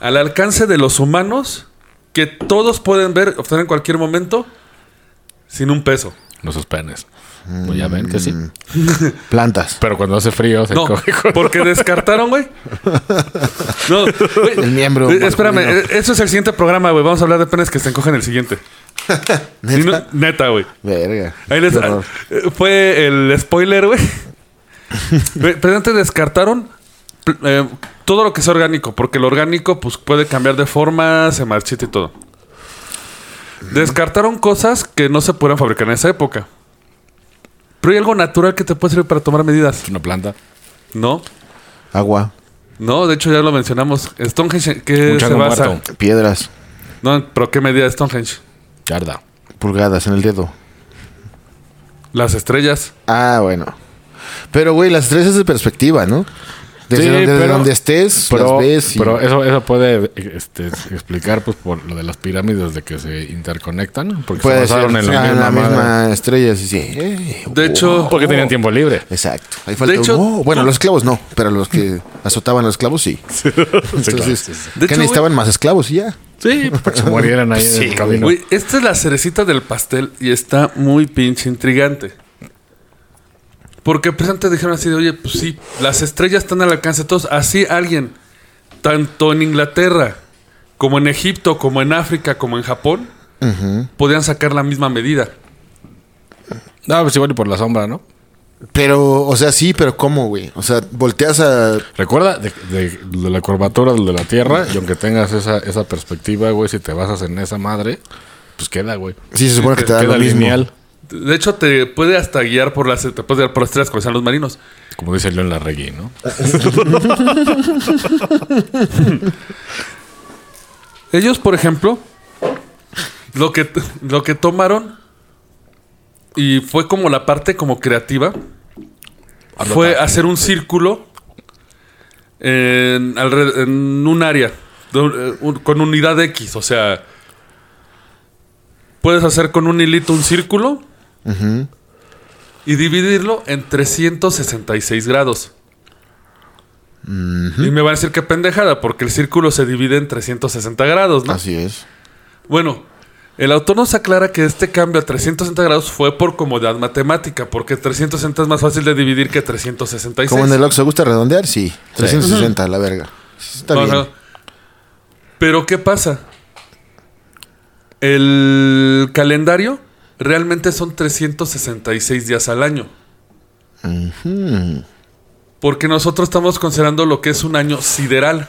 Speaker 2: al alcance de los humanos que todos pueden ver, obtener en cualquier momento sin un peso?
Speaker 4: Nuestros penes. Pues ya ven que sí.
Speaker 3: Mm. Plantas.
Speaker 4: Pero cuando hace frío se
Speaker 2: No,
Speaker 4: coge con-
Speaker 2: porque descartaron, güey. No, güey.
Speaker 3: El miembro
Speaker 2: Eh, espérame,
Speaker 3: masculino.
Speaker 2: eh, eso es el siguiente programa, güey. Vamos a hablar de penes que se encogen el siguiente. Si no-
Speaker 3: ¿Neta?
Speaker 2: Neta, güey.
Speaker 3: Verga.
Speaker 2: Ahí les-
Speaker 3: Qué horror.
Speaker 2: eh, fue el spoiler, güey. Güey, Pero antes descartaron pl- eh, todo lo que es orgánico, porque lo orgánico pues, puede cambiar de forma, se marchita y todo. Descartaron cosas que no se pudieron fabricar en esa época. Pero hay algo natural que te puede servir para tomar medidas,
Speaker 4: una planta.
Speaker 2: ¿no?
Speaker 3: Agua.
Speaker 2: No, de hecho ya lo mencionamos. Stonehenge,
Speaker 4: Un
Speaker 2: ¿qué se
Speaker 4: chango
Speaker 2: basa?
Speaker 4: muerto.
Speaker 3: Piedras.
Speaker 2: No, pero ¿qué medida es Stonehenge?
Speaker 4: Yarda.
Speaker 3: Pues Pulgadas en el dedo.
Speaker 2: Las estrellas.
Speaker 3: Ah, bueno. Pero, güey, las tres es de perspectiva, ¿no? Desde,
Speaker 4: Sí,
Speaker 3: donde, desde
Speaker 4: pero-
Speaker 3: donde estés,
Speaker 4: Pero,
Speaker 3: las ves y-
Speaker 4: pero eso, eso puede este, explicar pues por lo de las pirámides de que se interconectan. Porque se
Speaker 3: puede ser
Speaker 4: basaron en la
Speaker 3: Ah,
Speaker 4: misma,
Speaker 3: la misma,
Speaker 4: madre.
Speaker 3: estrella. Sí, sí. Eh,
Speaker 2: De hecho-
Speaker 4: Porque tenían tiempo libre.
Speaker 3: Exacto. Ahí falta
Speaker 2: De hecho,
Speaker 3: un- oh, bueno,
Speaker 2: tú-
Speaker 3: los esclavos no, pero los que azotaban a los esclavos sí. Entonces,
Speaker 2: De
Speaker 3: que
Speaker 2: hecho,
Speaker 3: necesitaban más esclavos y ya.
Speaker 4: Sí, para que se murieran ahí en el camino.
Speaker 2: Güey, esta es la cerecita del pastel y está muy pinche intrigante. Porque pues antes dijeron así de, oye, pues sí, las estrellas están al alcance de todos. Así alguien, tanto en Inglaterra, como en Egipto, como en África, como en Japón, podían sacar la misma medida.
Speaker 4: No, pues igual y por la sombra, ¿no?
Speaker 3: Pero, o sea, sí, pero ¿cómo, güey? O sea, volteas a.
Speaker 4: Recuerda de, de- de la curvatura de la Tierra y aunque tengas esa, esa perspectiva, güey, si te basas en esa madre, pues queda, güey.
Speaker 3: Sí, se supone que te da
Speaker 4: queda
Speaker 3: lo mismo.
Speaker 4: lineal,
Speaker 2: De hecho, te puede hasta guiar por las, te puede guiar por las estrellas como decían los marinos.
Speaker 4: como dice León Larregui, ¿no?
Speaker 2: Ellos, por ejemplo, lo que, lo que tomaron y fue como la parte como creativa fue hacer un círculo en, alre- en un área de un- eh, un- con unidad X. O sea, puedes hacer con un hilito un círculo y dividirlo en 366 grados. Y me van a decir que pendejada, porque el círculo se divide en 360 grados, ¿no?
Speaker 3: Así es.
Speaker 2: Bueno, el autor nos aclara que este cambio a 360 grados fue por comodidad matemática, porque 360 es más fácil de dividir que 366.
Speaker 3: Como en el Oxxo, ¿gusta redondear? Sí. 360, la verga. Sí, Está
Speaker 2: No,
Speaker 3: bien.
Speaker 2: no. Pero ¿qué pasa? El calendario realmente son 366 días al año. Porque nosotros estamos considerando lo que es un año sideral.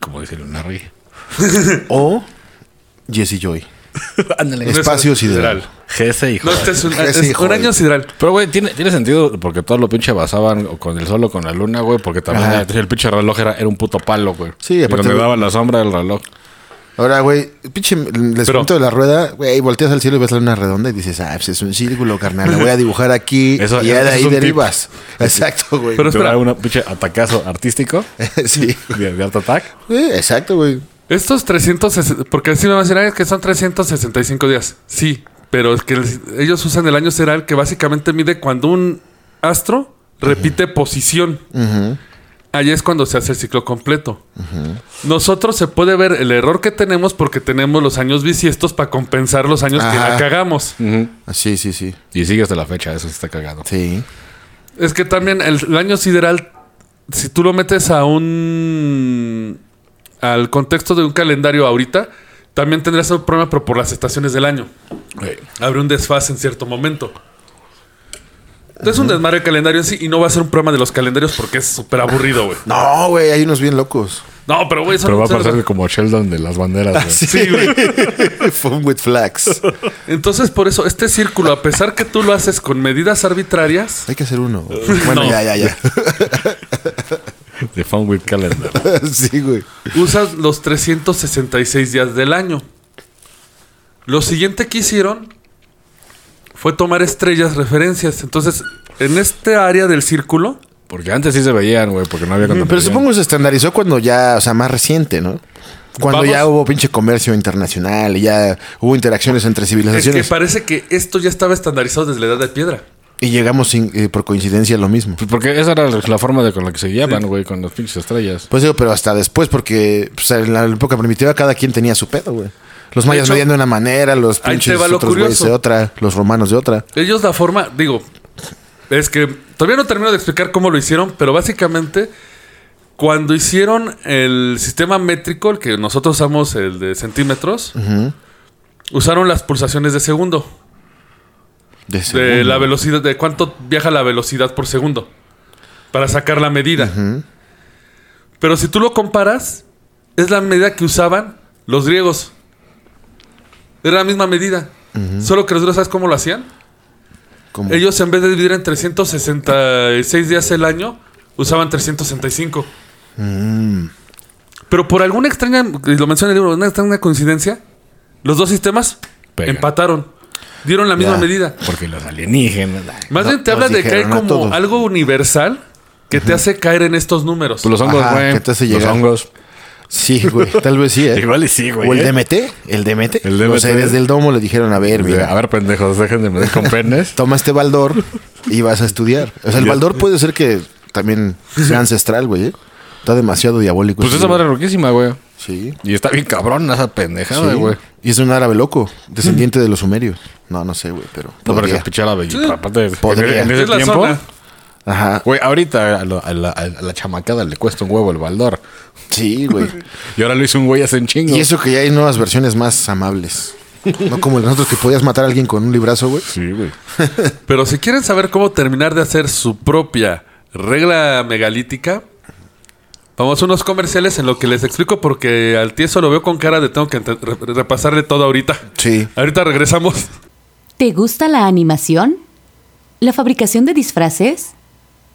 Speaker 4: Como dice León Larregui.
Speaker 3: O Jesse Joy.
Speaker 4: Ándale.
Speaker 3: Espacio sideral.
Speaker 4: Jesse, hijo.
Speaker 2: No, este es un,
Speaker 3: Ese
Speaker 2: es
Speaker 3: hijo
Speaker 2: un
Speaker 3: de-
Speaker 2: año sideral.
Speaker 4: Pero, güey, tiene, tiene sentido porque todos los pinches basaban o con el sol o con la luna, güey, porque también
Speaker 3: Ajá.
Speaker 4: el pinche reloj era, era un puto palo, güey.
Speaker 3: Sí,
Speaker 4: Y
Speaker 3: aparte
Speaker 4: Donde
Speaker 3: de-
Speaker 4: daba la sombra del reloj.
Speaker 3: Ahora, güey, pinche les
Speaker 2: Pero-
Speaker 3: de la rueda, güey, volteas al cielo y ves la luna redonda y dices, ah, pues es un círculo, carnal, lo voy a dibujar aquí
Speaker 4: Eso-
Speaker 3: y ya
Speaker 4: eso
Speaker 3: de
Speaker 4: es
Speaker 3: ahí
Speaker 4: un tip.
Speaker 3: derivas. Exacto, güey.
Speaker 2: Pero
Speaker 4: Te
Speaker 2: espera.
Speaker 4: daba un pinche atacazo artístico
Speaker 3: sí.
Speaker 4: de, de Art Attack.
Speaker 3: Sí, exacto, güey.
Speaker 2: Estos 360, porque sí me van a decir "Ay, es que son 365 días. Sí, pero es que les- ellos usan el año sideral que básicamente mide cuando un astro repite posición. Ahí es cuando se hace el ciclo completo. Nosotros se puede ver el error que tenemos porque tenemos los años bisiestos para compensar los años que la
Speaker 3: Ajá.
Speaker 2: cagamos.
Speaker 3: Sí, sí, sí.
Speaker 4: Y sigue hasta la fecha, eso sí está cagado.
Speaker 3: Sí.
Speaker 2: Es que también el, el año sideral, si tú lo metes a un. al contexto de un calendario ahorita, también tendrás un problema, pero por las estaciones del año.
Speaker 4: Güey,
Speaker 2: Habrá un desfase en cierto momento. Entonces, un desmadre el calendario en sí y no va a ser un problema de los calendarios porque es súper aburrido, güey.
Speaker 3: No, güey, hay unos bien locos.
Speaker 2: No, pero güey, son-
Speaker 4: Pero va a
Speaker 2: son-
Speaker 4: pasar como Sheldon de las
Speaker 2: Ah,
Speaker 4: banderas, güey.
Speaker 3: Sí, güey. Fun with flags.
Speaker 2: Entonces, por eso, este círculo, a pesar que tú lo haces con medidas arbitrarias,
Speaker 3: Hay que hacer uno. Bueno,
Speaker 2: No.
Speaker 3: ya, ya, ya.
Speaker 4: De Fun with Calendar.
Speaker 3: sí, güey.
Speaker 2: usas los 366 días del año. Lo siguiente que hicieron fue tomar estrellas referencias. Entonces, en este área del círculo,
Speaker 4: Porque antes sí se veían, güey, porque no había contemplación.
Speaker 3: Pero supongo que se estandarizó cuando ya, o sea, más reciente, ¿no? Cuando
Speaker 2: Vamos.
Speaker 3: ya hubo pinche comercio internacional y ya hubo interacciones entre
Speaker 2: es
Speaker 3: civilizaciones.
Speaker 2: que parece que esto ya estaba estandarizado desde la edad de piedra.
Speaker 3: Y llegamos sin- eh, por coincidencia a lo mismo.
Speaker 4: Pues Porque esa era la forma de con la que se guiaban, güey, con las pinches estrellas.
Speaker 3: Pues digo, pero hasta después, porque pues, en la época primitiva cada quien tenía su pedo, güey. Los mayas
Speaker 2: hecho,
Speaker 3: medían de una manera, los
Speaker 2: ahí te
Speaker 3: pinches
Speaker 2: va lo
Speaker 3: otros güeyes
Speaker 2: curioso.
Speaker 3: de otra, los romanos de otra.
Speaker 2: Ellos la forma, digo, es que todavía no termino de explicar cómo lo hicieron, pero básicamente cuando hicieron el sistema métrico, el que nosotros usamos, el de centímetros, usaron las pulsaciones de segundo,
Speaker 3: De
Speaker 2: de
Speaker 3: segundo.
Speaker 2: la velocidad, de cuánto viaja la velocidad por segundo, para sacar la medida. Pero si tú lo comparas, es la medida que usaban los griegos. Era la misma medida. Solo que los griegos, ¿sabes cómo lo hacían?
Speaker 3: Como-
Speaker 2: Ellos en vez de dividir en 366 días el año, usaban 365.
Speaker 3: Mm.
Speaker 2: Pero por alguna extraña, y lo menciona el libro, una extraña coincidencia, los dos sistemas
Speaker 4: Pegan.
Speaker 2: empataron. Dieron la misma
Speaker 3: Ya.
Speaker 2: medida.
Speaker 4: Porque los alienígenas. ay,
Speaker 2: Más
Speaker 3: No,
Speaker 2: bien te
Speaker 3: nos
Speaker 2: habla de que hay
Speaker 3: dijeron a
Speaker 2: como
Speaker 3: todos.
Speaker 2: algo universal que te hace caer en estos números.
Speaker 4: Pues los hongos,
Speaker 3: Ajá,
Speaker 4: güey.
Speaker 3: que te hace
Speaker 4: Los
Speaker 3: llegar.
Speaker 4: hongos.
Speaker 3: Sí, güey. Tal vez sí, ¿eh?
Speaker 4: Igual y sí, güey.
Speaker 3: O el
Speaker 4: ¿eh?
Speaker 3: DMT. El DMT.
Speaker 4: El DMT.
Speaker 3: Los seres del domo le dijeron, a ver, mira,
Speaker 4: A ver, pendejos, dejen de meter con penes.
Speaker 3: toma este baldor y vas a estudiar. O sea, el baldor puede ser que también sea ancestral, güey. ¿eh? Está demasiado diabólico.
Speaker 4: Pues
Speaker 3: este
Speaker 4: esa
Speaker 3: libro.
Speaker 4: madre es riquísima, güey.
Speaker 3: Sí.
Speaker 4: Y está bien cabrón esa pendejada,
Speaker 3: sí.
Speaker 4: güey.
Speaker 3: Y es un árabe loco, descendiente de los sumerios. No, no sé, güey, pero.
Speaker 4: No, pero
Speaker 3: podría.
Speaker 4: que pinche la belleza.
Speaker 2: Sí.
Speaker 4: Aparte,
Speaker 3: Podría.
Speaker 4: en ese
Speaker 2: Es la
Speaker 4: tiempo.
Speaker 2: zona.
Speaker 3: Ajá.
Speaker 4: Güey, ahorita a, lo- a la, a la chamacada le cuesta un huevo el baldor.
Speaker 3: Sí, güey.
Speaker 4: Y ahora lo hizo un güey hace un chingo.
Speaker 3: Y eso que ya hay nuevas versiones más amables. No como el de nosotros que podías matar a alguien con un librazo, güey.
Speaker 4: Sí, güey.
Speaker 2: Pero si quieren saber cómo terminar de hacer su propia regla megalítica, vamos a unos comerciales en lo que les explico porque al tieso lo veo con cara de tengo que ente- re- repasarle todo ahorita.
Speaker 3: Sí.
Speaker 2: Ahorita regresamos.
Speaker 1: ¿Te gusta la animación? ¿La fabricación de disfraces?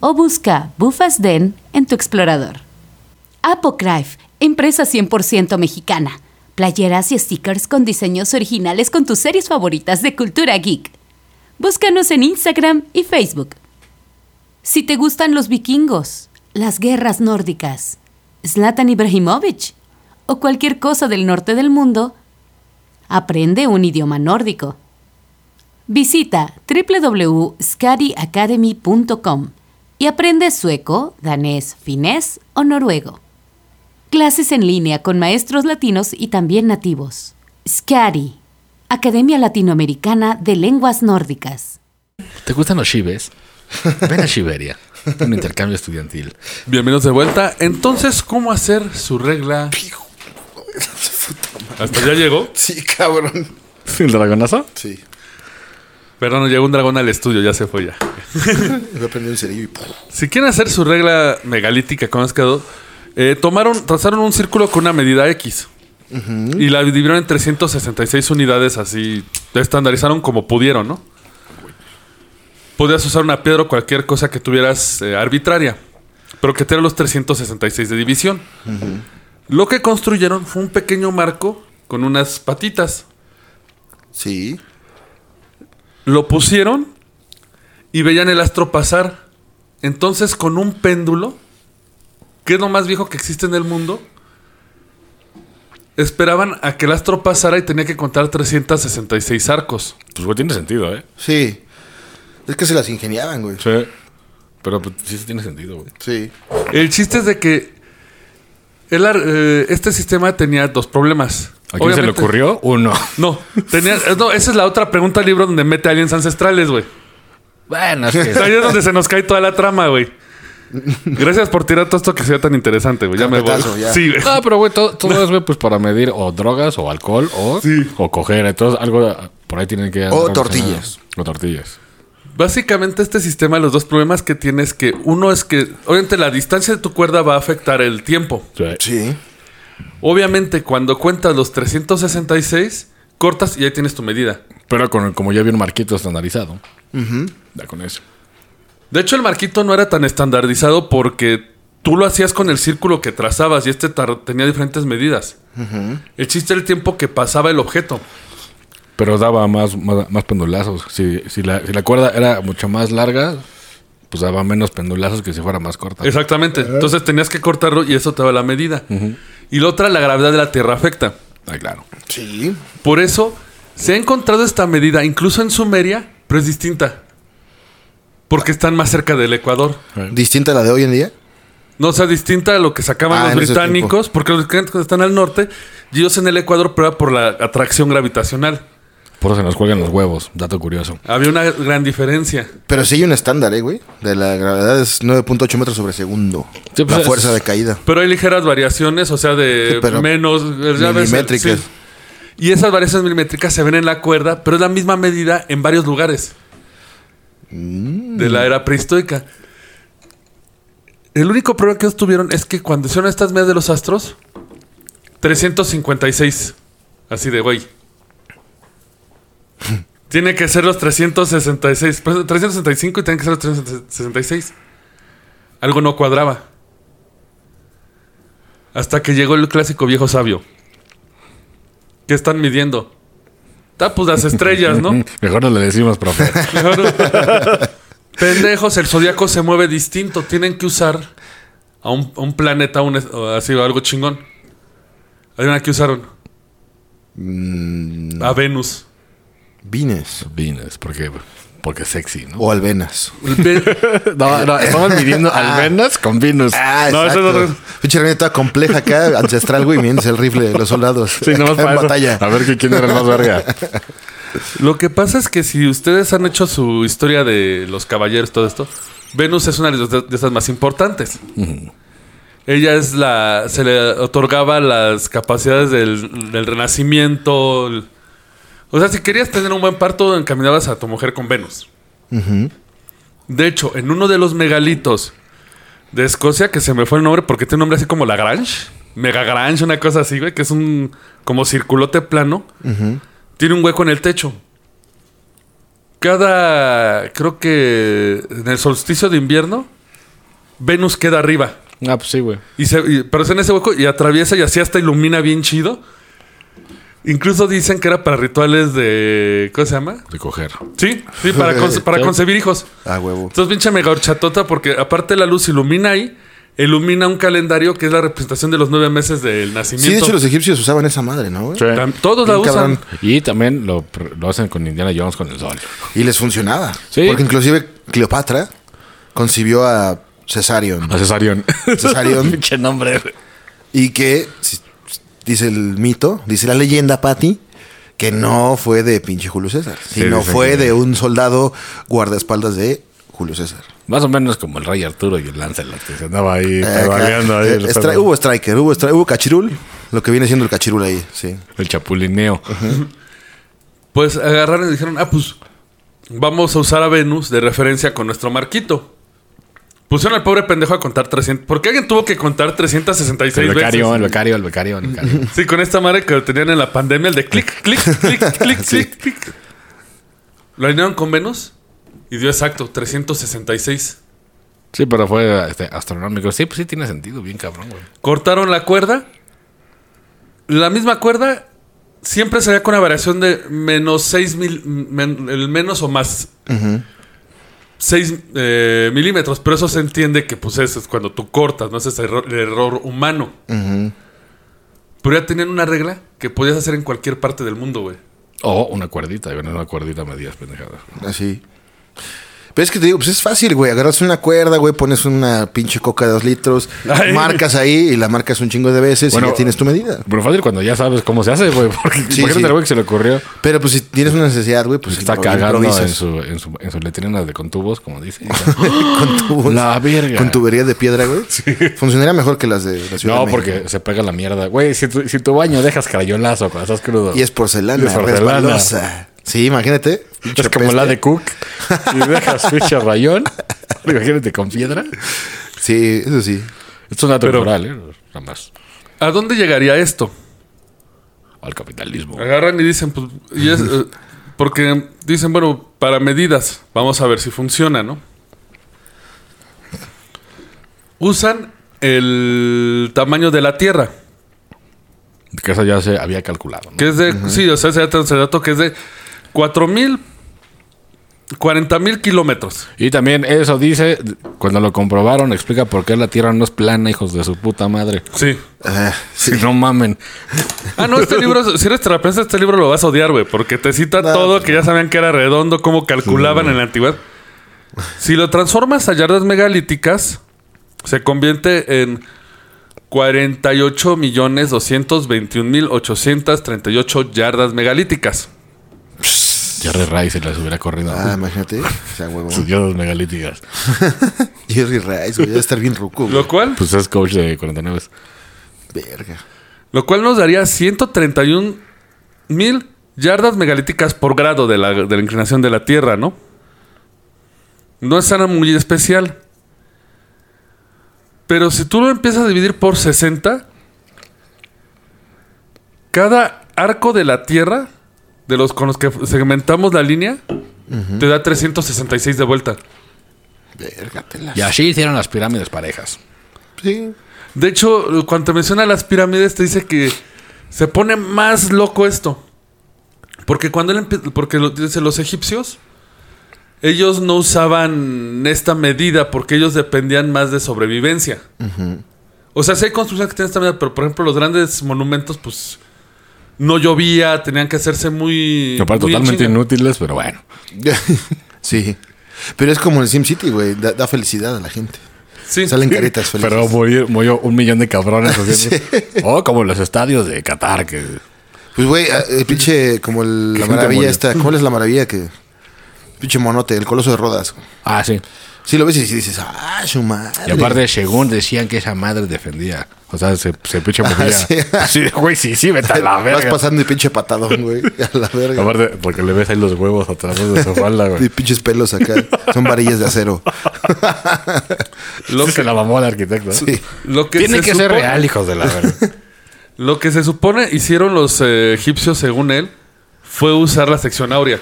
Speaker 1: o busca Bufas Den en tu explorador. Apocryph, empresa 100% mexicana. Playeras y stickers con diseños originales con tus series favoritas de cultura geek. Búscanos en Instagram y Facebook. Si te gustan los vikingos, las guerras nórdicas, Zlatan Ibrahimovic o cualquier cosa del norte del mundo, aprende un idioma nórdico. Visita www.skadiacademy.com y aprende sueco, danés, finés o noruego. Clases en línea con maestros latinos y también nativos. SCADI, Academia Latinoamericana de Lenguas Nórdicas.
Speaker 4: ¿Te gustan los chives? Ven a Chiveria. Un intercambio estudiantil.
Speaker 2: Bienvenidos de vuelta. Entonces, ¿cómo hacer su regla? Hasta ya llegó.
Speaker 3: Sí, cabrón.
Speaker 4: ¿El dragonazo?
Speaker 3: Sí.
Speaker 2: Pero no llegó un dragón al estudio, ya se fue ya.
Speaker 3: Voy a prender un cerillo y ¡pum!
Speaker 2: Si quieren hacer su regla megalítica con quedó, eh, tomaron, trazaron un círculo con una medida X. Y la dividieron en 366 unidades así. La estandarizaron como pudieron, ¿no? Podías usar una piedra o cualquier cosa que tuvieras eh, arbitraria. Pero que tenga los 366 de división. Lo que construyeron fue un pequeño marco con unas patitas.
Speaker 3: Sí.
Speaker 2: Lo pusieron y veían el astro pasar. Entonces, con un péndulo, que es lo más viejo que existe en el mundo, esperaban a que el astro pasara y tenía que contar 366 arcos.
Speaker 4: Pues, güey, tiene sentido, ¿eh?
Speaker 3: Sí. Es que se las ingeniaban, güey.
Speaker 4: Sí. Pero pues, sí tiene sentido, güey.
Speaker 3: Sí.
Speaker 2: El chiste es de que el ar- eh, este sistema tenía dos problemas.
Speaker 4: ¿A quién se le
Speaker 2: Obviamente-
Speaker 4: ocurrió? Uno.
Speaker 2: No, tenía, eh, no, esa es la otra pregunta del libro donde mete aliens ancestrales, güey.
Speaker 4: Bueno, es
Speaker 2: O sea,
Speaker 4: que...
Speaker 2: Ahí es donde se nos cae toda la trama, güey. Gracias por tirar todo esto que sea tan interesante, güey. Ya me voy.
Speaker 3: Carpetazo, ya.
Speaker 2: Sí, güey.
Speaker 4: No, Ah, pero güey, todo, todo es, güey, pues para medir o drogas o alcohol o, o coger. Entonces, algo ah, por ahí tienen que...
Speaker 3: O tortillas.
Speaker 4: O tortillas.
Speaker 2: Básicamente este sistema, los dos problemas que tiene es que uno es que, obviamente la distancia de tu cuerda va a afectar el tiempo.
Speaker 4: Sí.
Speaker 3: Sí.
Speaker 2: Obviamente cuando cuentas los 366, cortas y ahí tienes tu medida.
Speaker 4: Pero con, como ya vi un marquito estandarizado. Ya con eso.
Speaker 2: De hecho el marquito no era tan estandarizado porque tú lo hacías con el círculo que trazabas y este tar- tenía diferentes medidas. El chiste era el tiempo que pasaba el objeto.
Speaker 4: Pero daba más, más, más pendulazos. Si, si, la, si la cuerda era mucho más larga, pues daba menos pendulazos que si fuera más corta.
Speaker 2: Exactamente. Entonces tenías que cortarlo y eso te daba la medida. Y la otra, la gravedad de la Tierra afecta.
Speaker 4: Ah, claro.
Speaker 3: Sí.
Speaker 2: Por eso se ha encontrado esta medida, incluso en Sumeria, pero es distinta. Porque están más cerca del Ecuador.
Speaker 3: Distinta a la de hoy en día.
Speaker 2: No, o sea, distinta a lo que sacaban
Speaker 3: Ah,
Speaker 2: los
Speaker 3: en ese
Speaker 2: británicos, porque los británicos están al norte y ellos en el Ecuador, pero era por la atracción gravitacional.
Speaker 4: Por eso se nos cuelgan los huevos. Dato curioso.
Speaker 2: Había una gran diferencia.
Speaker 3: Pero sí hay un estándar, ¿eh, güey? De la gravedad es 9.8 metros sobre segundo.
Speaker 4: Sí, pues
Speaker 3: la
Speaker 4: es-
Speaker 3: fuerza de caída.
Speaker 2: Pero hay ligeras variaciones, o sea, de
Speaker 3: Sí, pero
Speaker 2: menos... ya ves,
Speaker 3: milimétricas.
Speaker 2: sí. Y esas variaciones milimétricas se ven en la cuerda, pero es la misma medida en varios lugares
Speaker 3: Mm.
Speaker 2: de la era prehistórica. El único problema que ellos tuvieron es que cuando hicieron estas medidas de los astros, 356, así de güey. Tiene que ser los 366, pues, 365 y tienen que ser los 366. Algo no cuadraba. Hasta que llegó el clásico viejo sabio. ¿Qué están midiendo? Ah, pues las estrellas, ¿no?
Speaker 4: Mejor no le decimos, profe.
Speaker 2: Pendejos, el zodiaco se mueve distinto. Tienen que usar a un, a un planeta, un, es- o así, o algo chingón. ¿Alguna que usaron? A Venus.
Speaker 3: Mm. Vines.
Speaker 4: Venus, porque, porque sexy, ¿no?
Speaker 3: O albenas.
Speaker 4: No, no, estaban midiendo almenas con Venus.
Speaker 3: Ah,
Speaker 4: no,
Speaker 3: exacto.
Speaker 4: eso es otro-
Speaker 3: Pinche hernia toda compleja acá, ancestral, güey. Miren, es el rifle de los soldados.
Speaker 4: Sí, nomás
Speaker 3: Acá
Speaker 4: para
Speaker 3: en
Speaker 4: eso.
Speaker 3: batalla.
Speaker 4: A ver que quién era el más verga.
Speaker 2: Lo que pasa es que si ustedes han hecho su historia de los caballeros, todo esto, Venus es una de las- de esas más importantes. Ella es la. Se le otorgaba las capacidades del, del renacimiento. el- o sea, si querías tener un buen parto, encaminabas a tu mujer con Venus. De hecho, en uno de los megalitos de Escocia, que se me fue el nombre porque tiene un nombre así como Lagrange, Mega Grange, una cosa así, güey, que es un como circulote plano, tiene un hueco en el techo. Cada, creo que en el solsticio de invierno, Venus queda arriba.
Speaker 4: Ah, pues sí, güey.
Speaker 2: Y se, y- pero es en ese hueco y atraviesa y así hasta ilumina bien chido. Incluso dicen que era para rituales de... ¿Cómo se llama?
Speaker 4: De coger.
Speaker 2: Sí, sí, para, conce- para concebir hijos.
Speaker 3: Ah, huevo.
Speaker 2: Entonces, pinche mega horchatota, porque aparte la luz ilumina ahí, ilumina un calendario que es la representación de los nueve meses del
Speaker 3: Sí, de
Speaker 2: nacimiento.
Speaker 3: hecho, los egipcios usaban esa madre, ¿no, güey?
Speaker 4: Sí.
Speaker 2: Tam- Todos la
Speaker 3: Bien,
Speaker 2: usan.
Speaker 3: cabrón.
Speaker 4: Y también lo, lo hacen con Indiana Jones con el sol.
Speaker 3: Y les funcionaba.
Speaker 4: Sí.
Speaker 3: Porque inclusive Cleopatra concibió a Cesarion.
Speaker 4: A Cesarión.
Speaker 3: Cesarion.
Speaker 4: Pinche nombre, güey.
Speaker 3: y que, si- dice el mito, dice la leyenda, Patty, que no fue de pinche Julio César, sino
Speaker 4: sí, sí,
Speaker 3: fue
Speaker 4: sí.
Speaker 3: de un soldado guardaespaldas de Julio César.
Speaker 4: Más o menos como el rey Arturo y el Lancelot, que se andaba ahí
Speaker 3: Eh,
Speaker 4: tabaleando ahí.
Speaker 3: eh,
Speaker 4: el
Speaker 3: estri-
Speaker 4: pedo.
Speaker 3: hubo striker, hubo, stri- hubo cachirul, lo que viene siendo el cachirul ahí, sí.
Speaker 4: El chapulineo.
Speaker 2: Pues agarraron y dijeron, ah, pues vamos a usar a Venus de referencia con nuestro marquito. Pusieron al pobre pendejo a contar 300. Porque alguien tuvo que contar 366
Speaker 4: El becario, el
Speaker 2: veces.
Speaker 4: becario, el becario, el becario.
Speaker 2: Sí, con esta madre que lo tenían en la pandemia, el de clic, clic, clic, clic, clic, clic. Lo alinearon con Venus y dio exacto 366.
Speaker 4: Sí, pero fue este, astronómico. Sí, pues sí tiene sentido, bien cabrón, güey.
Speaker 2: Cortaron la cuerda. La misma cuerda siempre salía con una variación de menos 6 mil, men- el menos o más 6 eh, milímetros. Pero eso se entiende que pues eso es cuando tú cortas, no ese es error- el error humano. Pero ya tenían una regla que podías hacer en cualquier parte del mundo, güey.
Speaker 4: O una cuerdita, bueno, una cuerdita medias, pendejada.
Speaker 3: Así. Pero es que te digo, pues es fácil, güey. Agarras una cuerda, güey, pones una pinche coca de dos litros,
Speaker 2: Ay.
Speaker 3: marcas ahí y la marcas un chingo de veces
Speaker 4: Bueno,
Speaker 3: y ya tienes tu medida.
Speaker 4: Pero fácil cuando ya sabes cómo se hace, güey. Porque
Speaker 3: Sí,
Speaker 4: imagínate
Speaker 3: sí.
Speaker 4: al güey que se le ocurrió.
Speaker 3: Pero pues si tienes una necesidad, güey, pues
Speaker 4: está
Speaker 3: impro-
Speaker 4: cagando en
Speaker 3: improvisas.
Speaker 4: su, en, su, en su letrina de con tubos, como dice.
Speaker 3: con tubos.
Speaker 4: La verga.
Speaker 3: Con tuberías de piedra, güey. Funcionaría mejor que las de la ciudad.
Speaker 4: no,
Speaker 3: de México.
Speaker 4: porque se pega la mierda. Güey, si tu, si tu baño dejas crayolazo cuando estás crudo.
Speaker 3: Y es porcelana,
Speaker 4: Y es porcelana.
Speaker 3: resbalosa. Sí, imagínate.
Speaker 4: Es como la de Cook. Si dejas ficha rayón, imagínate con piedra.
Speaker 3: Sí, eso sí.
Speaker 4: Esto es dato
Speaker 2: Pero-
Speaker 4: natural, ¿eh? Nada más.
Speaker 2: ¿A dónde llegaría esto?
Speaker 4: Al capitalismo.
Speaker 2: Agarran y dicen, pues, y es, eh, porque dicen, bueno, para medidas, vamos a ver si funciona, ¿no? Usan el tamaño de la Tierra.
Speaker 4: Que eso ya se había calculado. ¿no?
Speaker 2: Que es de. Sí, o sea, se da ese dato que es de 4.000. 40.000 kilómetros.
Speaker 4: Y también eso dice, cuando lo comprobaron, explica por qué la Tierra no es plana, hijos de su puta madre.
Speaker 2: Sí.
Speaker 3: Ah, sí.
Speaker 4: Si no mamen.
Speaker 2: Ah, no, este libro, si eres terraplanista, este libro lo vas a odiar, güey, porque te cita
Speaker 3: No,
Speaker 2: todo, que ya sabían que era redondo, cómo calculaban en la antigüedad. Si lo transformas a yardas megalíticas, se convierte en 48.221.838 yardas megalíticas.
Speaker 4: Jerry Rice se las hubiera corrido.
Speaker 3: Ah, imagínate. O sea, huevo.
Speaker 4: Sus dioses megalíticas.
Speaker 3: Jerry Rice, güey. Debe estar bien ruco, güey.
Speaker 2: Lo cual,
Speaker 4: Pues es coach de 49.
Speaker 3: Verga.
Speaker 2: lo cual nos daría 131.000 yardas megalíticas por grado de la, de la inclinación de la Tierra, ¿no? No es nada muy especial. Pero si tú lo empiezas a dividir por 60, cada arco de la Tierra, de los con los que segmentamos la línea, te da 366 de vuelta.
Speaker 3: Verga,
Speaker 4: Y así hicieron las pirámides parejas.
Speaker 3: Sí.
Speaker 2: De hecho, cuando te menciona las pirámides, te dice que se pone más loco esto. Porque cuando él empie- porque lo- dice, los egipcios, ellos no usaban esta medida porque ellos dependían más de sobrevivencia. O sea, sí hay construcciones que tienen esta medida, pero por ejemplo, los grandes monumentos, pues no llovía, tenían que hacerse muy.
Speaker 4: Aparte,
Speaker 2: muy en
Speaker 4: totalmente
Speaker 2: chinga.
Speaker 4: inútiles, pero bueno.
Speaker 3: sí. Pero es como en el SimCity, güey. Da, da felicidad a la gente.
Speaker 2: Sí.
Speaker 3: Salen caretas felices.
Speaker 4: Pero murió, murió un millón de cabrones haciendo. O como los estadios de Qatar, que
Speaker 3: Pues, güey, a- el pinche, como el- la
Speaker 4: gente
Speaker 3: maravilla
Speaker 4: buena.
Speaker 3: esta. ¿Cuál es la maravilla que...? Pinche monote, el coloso de rodas. güey.
Speaker 4: Ah, sí.
Speaker 3: Sí lo ves y sí dices, ah, su madre.
Speaker 4: Y aparte, según decían que esa madre defendía. O sea, se, se pinche movía.
Speaker 3: Ah, sí.
Speaker 4: Sí, güey, sí, sí, vete a la
Speaker 3: Vas
Speaker 4: verga.
Speaker 3: pasando y pinche patadón, güey. A la verga.
Speaker 4: Aparte, porque le ves ahí los huevos a través de su falda,
Speaker 3: Y
Speaker 4: güey.
Speaker 3: pinches pelos acá. Son varillas de acero.
Speaker 2: Lo
Speaker 4: Sí, se
Speaker 2: que,
Speaker 4: la mamó al arquitecto. ¿eh?
Speaker 3: Sí.
Speaker 2: lo que
Speaker 4: Tiene
Speaker 2: se
Speaker 4: que ser
Speaker 2: supone-
Speaker 4: real, hijos de la verga.
Speaker 2: Lo que se supone hicieron los eh, egipcios, según él, fue usar la sección áurea.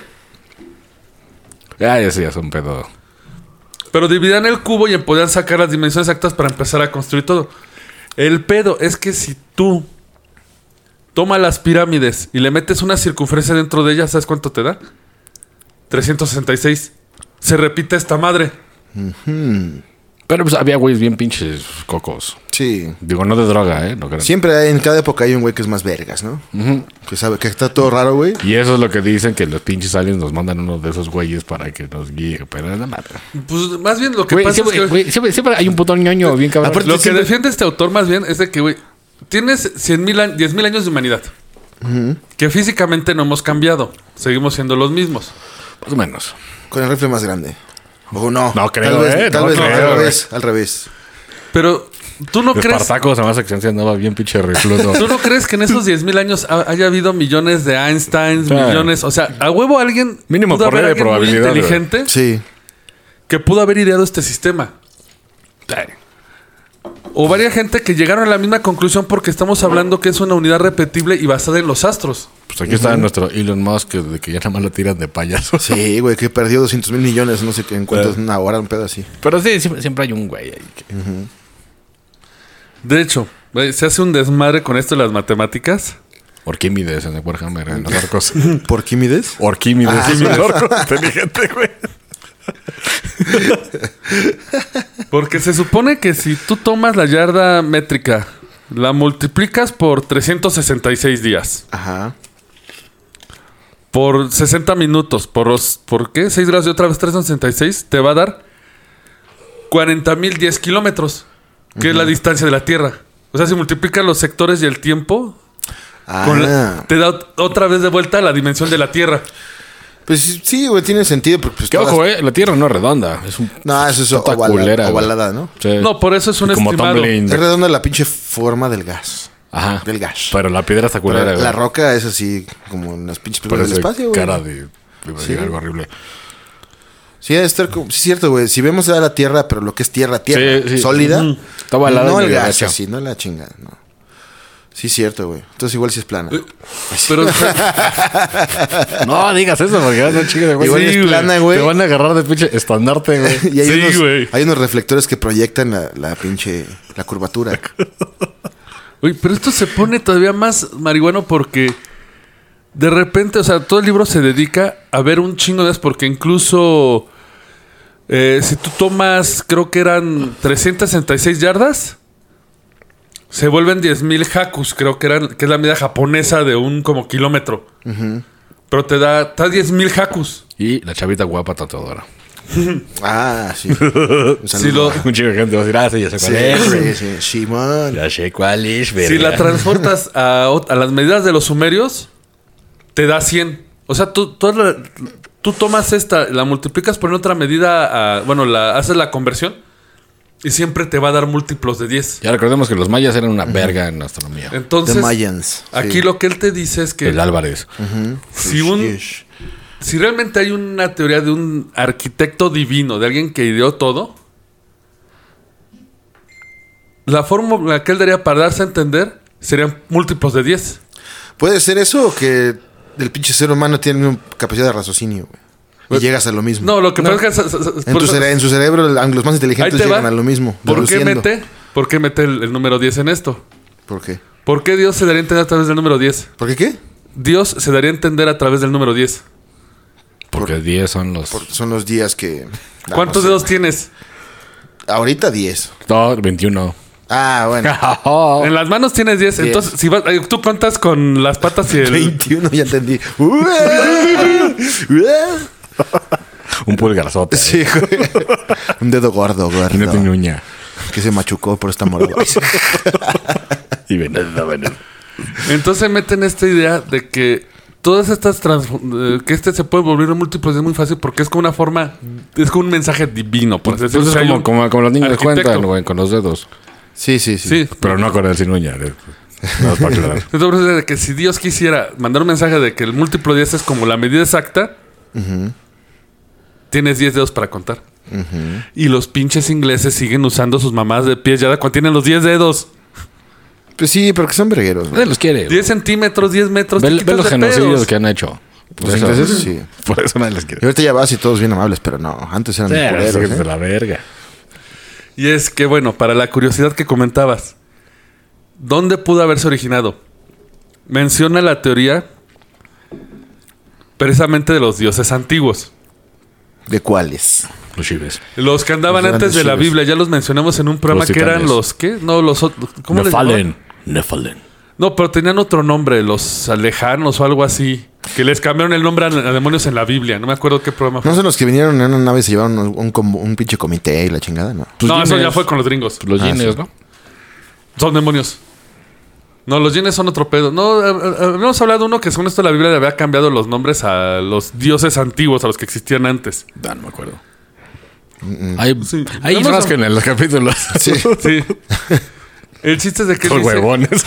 Speaker 4: Ya, ya, sí, ya es un pedo.
Speaker 2: Pero dividían el cubo y podían sacar las dimensiones exactas para empezar a construir todo. El pedo es que si tú tomas las pirámides y le metes una circunferencia dentro de ellas, ¿sabes cuánto te da? 366. Se repite esta madre.
Speaker 4: Pero pues había güeyes bien pinches cocos.
Speaker 3: Sí.
Speaker 4: Digo, no de droga, ¿eh? No creo.
Speaker 3: Siempre hay- en cada época hay un güey que es más vergas, ¿no? Que sabe que está todo raro, güey.
Speaker 4: Y eso es lo que dicen que los pinches aliens nos mandan uno de esos güeyes para que nos guíe. Pero es la madre.
Speaker 2: Pues más bien lo que
Speaker 4: Güey,
Speaker 2: pasa
Speaker 4: siempre,
Speaker 2: es que...
Speaker 4: güey, siempre- siempre hay un puto ñoño bien cabrón.
Speaker 3: Aparte-
Speaker 2: Lo que
Speaker 3: siempre-
Speaker 2: defiende este autor más bien es de que, güey, tienes 100.000 a- 10.000 años de humanidad. Que físicamente no hemos cambiado. Seguimos siendo los mismos.
Speaker 4: Más o menos.
Speaker 3: Con el rifle más grande. O no.
Speaker 4: No creo,
Speaker 3: tal vez,
Speaker 4: ¿eh?
Speaker 3: Tal
Speaker 4: No
Speaker 3: vez
Speaker 4: creo,
Speaker 3: al
Speaker 4: güey.
Speaker 3: revés. Al revés.
Speaker 2: Pero tú no crees...
Speaker 4: Espartaco se me hace que se andaba bien pinche refluto.
Speaker 2: ¿Tú no crees que en esos 10.000 años ha- haya habido millones de Einsteins,
Speaker 4: Claro.
Speaker 2: millones? O sea, a huevo alguien.
Speaker 4: Mínimo
Speaker 2: pudo haber
Speaker 4: promedio de
Speaker 2: alguien muy
Speaker 4: probabilidad, güey.
Speaker 2: inteligente
Speaker 3: Sí.
Speaker 2: que pudo haber ideado este sistema. O varias gente que llegaron a la misma conclusión porque estamos hablando que es una unidad repetible y basada en los astros.
Speaker 4: Pues aquí está nuestro Elon Musk, que, de que ya nada más lo tiran de payaso.
Speaker 3: Sí, güey, que perdió 200 mil millones, no sé qué, en cuánto,
Speaker 4: Claro.
Speaker 3: una hora, un pedo así.
Speaker 4: Pero sí, siempre, siempre hay un güey ahí. que-
Speaker 2: De hecho, güey, se hace un desmadre con esto de las matemáticas.
Speaker 4: Orquímides en el Warhammer, en los arcos.
Speaker 3: ¿Por qué mides?
Speaker 4: Orquímides es un orco inteligente, güey.
Speaker 2: Porque se supone que si tú tomas la yarda métrica, la multiplicas por 366 días.
Speaker 3: Ajá.
Speaker 2: por 60 minutos, por, los- ¿por qué? 6 grados y otra vez 366, te va a dar 40.010 kilómetros, que es la distancia de la Tierra. O sea, si multiplicas los sectores y el tiempo,
Speaker 3: Ah,
Speaker 2: con la- te da ot- otra vez de vuelta la dimensión de la Tierra.
Speaker 3: Pues sí, güey, tiene sentido. Porque, pues,
Speaker 4: Que
Speaker 3: todas-
Speaker 4: ojo, eh. La Tierra no es redonda. Es un
Speaker 3: No, eso es
Speaker 4: puta
Speaker 3: ovalada,
Speaker 4: culera, güey.
Speaker 3: ovalada, ¿no?
Speaker 4: Sí.
Speaker 2: No, por eso es un
Speaker 4: Eh, Como
Speaker 2: estimado.
Speaker 4: Tomlin.
Speaker 3: Es redonda la pinche forma del gas.
Speaker 4: Ajá.
Speaker 3: Del gas.
Speaker 4: Pero la piedra está
Speaker 3: Pero
Speaker 4: culera, güey.
Speaker 3: la roca es así, como en las pinches
Speaker 4: Pero
Speaker 3: películas
Speaker 4: es
Speaker 3: del espacio, güey.
Speaker 4: cara de... iba a decir algo horrible.
Speaker 3: Sí, debe estar como- sí, es cierto, güey. Si vemos a la tierra, pero lo que es tierra, tierra,
Speaker 4: Sí, sí.
Speaker 3: sólida.
Speaker 4: Ujú. Está ovalada
Speaker 3: No
Speaker 4: y
Speaker 3: el
Speaker 4: medio
Speaker 3: gas,
Speaker 4: gacha.
Speaker 3: así, no la chingada, no. Sí, cierto, güey. Entonces igual sí es plana.
Speaker 4: Eh,
Speaker 2: Pero
Speaker 4: No digas eso, porque vas a un chingo de güey.
Speaker 3: Igual
Speaker 2: sí,
Speaker 3: es
Speaker 2: güey.
Speaker 3: plana,
Speaker 4: Te
Speaker 3: güey.
Speaker 4: van a agarrar de pinche estandarte, güey.
Speaker 3: Y hay,
Speaker 2: Sí, güey.
Speaker 3: unos, hay unos reflectores que proyectan la, la pinche... La curvatura.
Speaker 2: Oye, pero esto se pone todavía más marihuano porque de repente, o sea, todo el libro se dedica a ver un chingo de cosas porque incluso eh, si tú tomas, creo que eran 366 yardas, se vuelven 10.000 hakus, creo que eran, que es la medida japonesa de un como kilómetro. Pero te da, te da 10.000 hakus.
Speaker 4: Y la chavita guapa tatuadora.
Speaker 3: Ah, sí. Un
Speaker 2: Si, lo,
Speaker 3: saludo.
Speaker 4: Un chingo de gente va a decir, ah, sí, ya sé cuál es. güey.
Speaker 3: Sí, sí, sí. Simón.
Speaker 4: Ya sé cuál es, verga.
Speaker 2: si la transportas a, ot- a las medidas de los sumerios, te da 100. O sea, tú, tú la- tú tomas esta, la multiplicas por otra medida, a- bueno, la, haces la conversión y siempre te va a dar múltiplos de 10.
Speaker 4: Ya recordemos que los mayas eran una verga en astronomía.
Speaker 2: Entonces,
Speaker 3: The Mayans.
Speaker 2: aquí
Speaker 3: Sí.
Speaker 2: lo que él te dice es que
Speaker 4: El Álvarez.
Speaker 2: si, un,
Speaker 3: Ish.
Speaker 2: si realmente hay una teoría de un arquitecto divino, de alguien que ideó todo, la fórmula que él daría para darse a entender serían múltiplos de 10.
Speaker 3: ¿Puede ser eso o que el pinche ser humano tiene una capacidad de raciocinio, güey? Y llegas a lo mismo.
Speaker 2: Pues, No, lo que pasa es que... sa- sa- sa-
Speaker 3: En,
Speaker 2: por-
Speaker 3: tu cere- en su cerebro, el- los más
Speaker 2: Ahí
Speaker 3: inteligentes
Speaker 2: te
Speaker 3: llegan
Speaker 2: va.
Speaker 3: a lo mismo.
Speaker 2: ¿Por qué
Speaker 3: deduciendo.
Speaker 2: mete, ¿por qué mete el, el número 10 en esto?
Speaker 3: ¿Por qué?
Speaker 2: ¿Por qué Dios se daría a entender a través del número 10?
Speaker 3: ¿Por qué qué?
Speaker 2: Dios se daría a entender a través del número 10.
Speaker 4: Porque 10 son los.
Speaker 3: Porque son los días que. Ah,
Speaker 2: ¿Cuántos
Speaker 3: no sé.
Speaker 2: dedos tienes?
Speaker 3: Ahorita 10.
Speaker 4: No, 21.
Speaker 3: Ah, bueno.
Speaker 4: Oh.
Speaker 2: En las manos tienes 10. Entonces, si vas, eh, tú cuentas con las patas y el...
Speaker 3: 21, ya entendí. sí,
Speaker 4: Un pulgarzote. Sí.
Speaker 3: güey. Un dedo gordo,
Speaker 4: Una
Speaker 3: gordo.
Speaker 4: uña.
Speaker 3: Que se machucó por esta morada.
Speaker 4: Y veneno, veneno.
Speaker 2: Entonces meten esta idea de que todas estas... trans- eh, que este se puede volver en múltiplos es muy fácil porque es como una forma... Es como un mensaje divino. Por así decirlo. O sea, Pues,
Speaker 4: Entonces,
Speaker 2: hay
Speaker 4: Pues como,
Speaker 2: un
Speaker 4: como, como los niños
Speaker 2: arquitecto.
Speaker 4: cuentan, güey, con los dedos.
Speaker 3: Sí, sí, sí.
Speaker 2: Sí.
Speaker 4: Pero no con el sin uña. eh. No es para aclarar.
Speaker 2: Entonces, por eso es de que si Dios quisiera mandar un mensaje de que el múltiplo 10 es como la medida exacta, tienes 10 dedos para contar. Y los pinches ingleses siguen usando sus mamás de pies ya cuando tienen los 10 dedos.
Speaker 3: Pues sí, pero que son vergueros. güey.
Speaker 4: Nadie los quiere.
Speaker 2: 10 centímetros, 10 metros.
Speaker 4: Ve,
Speaker 2: te
Speaker 4: ve
Speaker 2: quitas
Speaker 4: los
Speaker 2: de
Speaker 4: genocidios
Speaker 2: pedos.
Speaker 4: que han hecho. Por
Speaker 3: Pues
Speaker 4: eso,
Speaker 3: entonces, sí.
Speaker 4: por eso nadie los
Speaker 3: Y
Speaker 4: quiere.
Speaker 3: ahorita ya vas y todos bien amables, pero no. Antes eran
Speaker 4: Sí,
Speaker 3: culeros,
Speaker 4: sí,
Speaker 3: ¿eh?
Speaker 4: de la verga.
Speaker 2: Y es que, bueno, para la curiosidad que comentabas, ¿dónde pudo haberse originado? Menciona la teoría precisamente de los dioses antiguos.
Speaker 3: ¿De cuáles?
Speaker 4: Los chives.
Speaker 2: Los que andaban
Speaker 3: Los
Speaker 2: antes de la
Speaker 3: grandes
Speaker 2: Biblia, ya los mencionamos en un programa
Speaker 4: Los
Speaker 2: que eran
Speaker 4: titanes.
Speaker 2: los ¿qué? No, los otros. ¿Cómo les llamaban?
Speaker 4: Nefalen. Nefalen.
Speaker 2: No, pero tenían otro nombre, los alejanos o algo así. Que les cambiaron el nombre a, a demonios en la Biblia. No me acuerdo qué programa fue.
Speaker 3: ¿No son los que vinieron en una nave y se llevaron un, un com- un pinche comité y la chingada? No.
Speaker 4: Pues
Speaker 2: no, eso
Speaker 4: dinos.
Speaker 2: ya fue con los gringos.
Speaker 4: Pues Los
Speaker 3: Ah,
Speaker 4: jeans,
Speaker 3: sí.
Speaker 4: ¿no?
Speaker 2: Son demonios. No, los jeans son otro pedo. No, eh, eh, habíamos hablado uno que según esto la Biblia le había cambiado los nombres a los dioses antiguos, a los que existían antes.
Speaker 4: Ah, No me acuerdo. Hay,
Speaker 2: Sí.
Speaker 4: hay
Speaker 2: Nada más-
Speaker 4: rasquen en los capítulos. Sí.
Speaker 2: Sí. el chiste es de que... él
Speaker 4: Los
Speaker 2: dice-
Speaker 4: huevones.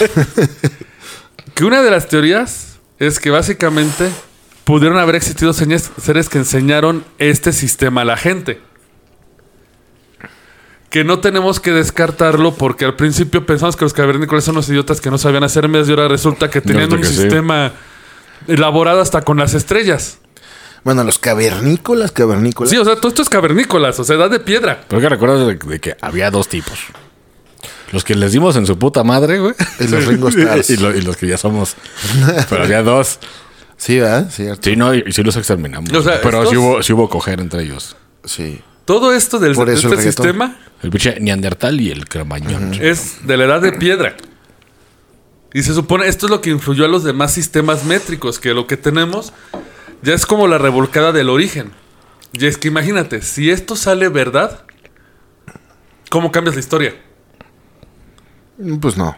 Speaker 2: Que una de las teorías es que básicamente pudieron haber existido señes- seres que enseñaron este sistema a la gente. Que no tenemos que descartarlo porque al principio pensamos que los cavernícolas son unos idiotas que no sabían hacer medias y ahora resulta que tenían
Speaker 4: Resulta
Speaker 2: un
Speaker 4: que sí.
Speaker 2: sistema elaborado hasta con las estrellas.
Speaker 3: Bueno, los cavernícolas, cavernícolas.
Speaker 2: Sí, o sea, todo esto es cavernícolas, o sea, edad de piedra.
Speaker 4: Pero que recuerdas de, de que había dos tipos. Los que les dimos en su puta madre, güey.
Speaker 3: Y los Ringo Starrs.
Speaker 4: y, lo- y los que ya somos. Pero había dos.
Speaker 3: Sí, ¿verdad? Cierto.
Speaker 4: Sí, no, y, y sí los exterminamos.
Speaker 2: O sea,
Speaker 4: pero
Speaker 2: estos-
Speaker 4: sí, hubo, sí hubo coger entre ellos.
Speaker 3: Sí.
Speaker 2: Todo esto del
Speaker 3: Por eso el
Speaker 2: este
Speaker 3: reggaetón.
Speaker 2: sistema
Speaker 4: El pinche Neandertal y el Cramañón.
Speaker 2: es de la edad de piedra. Y se supone, esto es lo que influyó a los demás sistemas métricos, que lo que tenemos ya es como la revolcada del origen. Y es que imagínate, si esto sale verdad, ¿cómo cambias la historia?
Speaker 3: Mm, Pues no.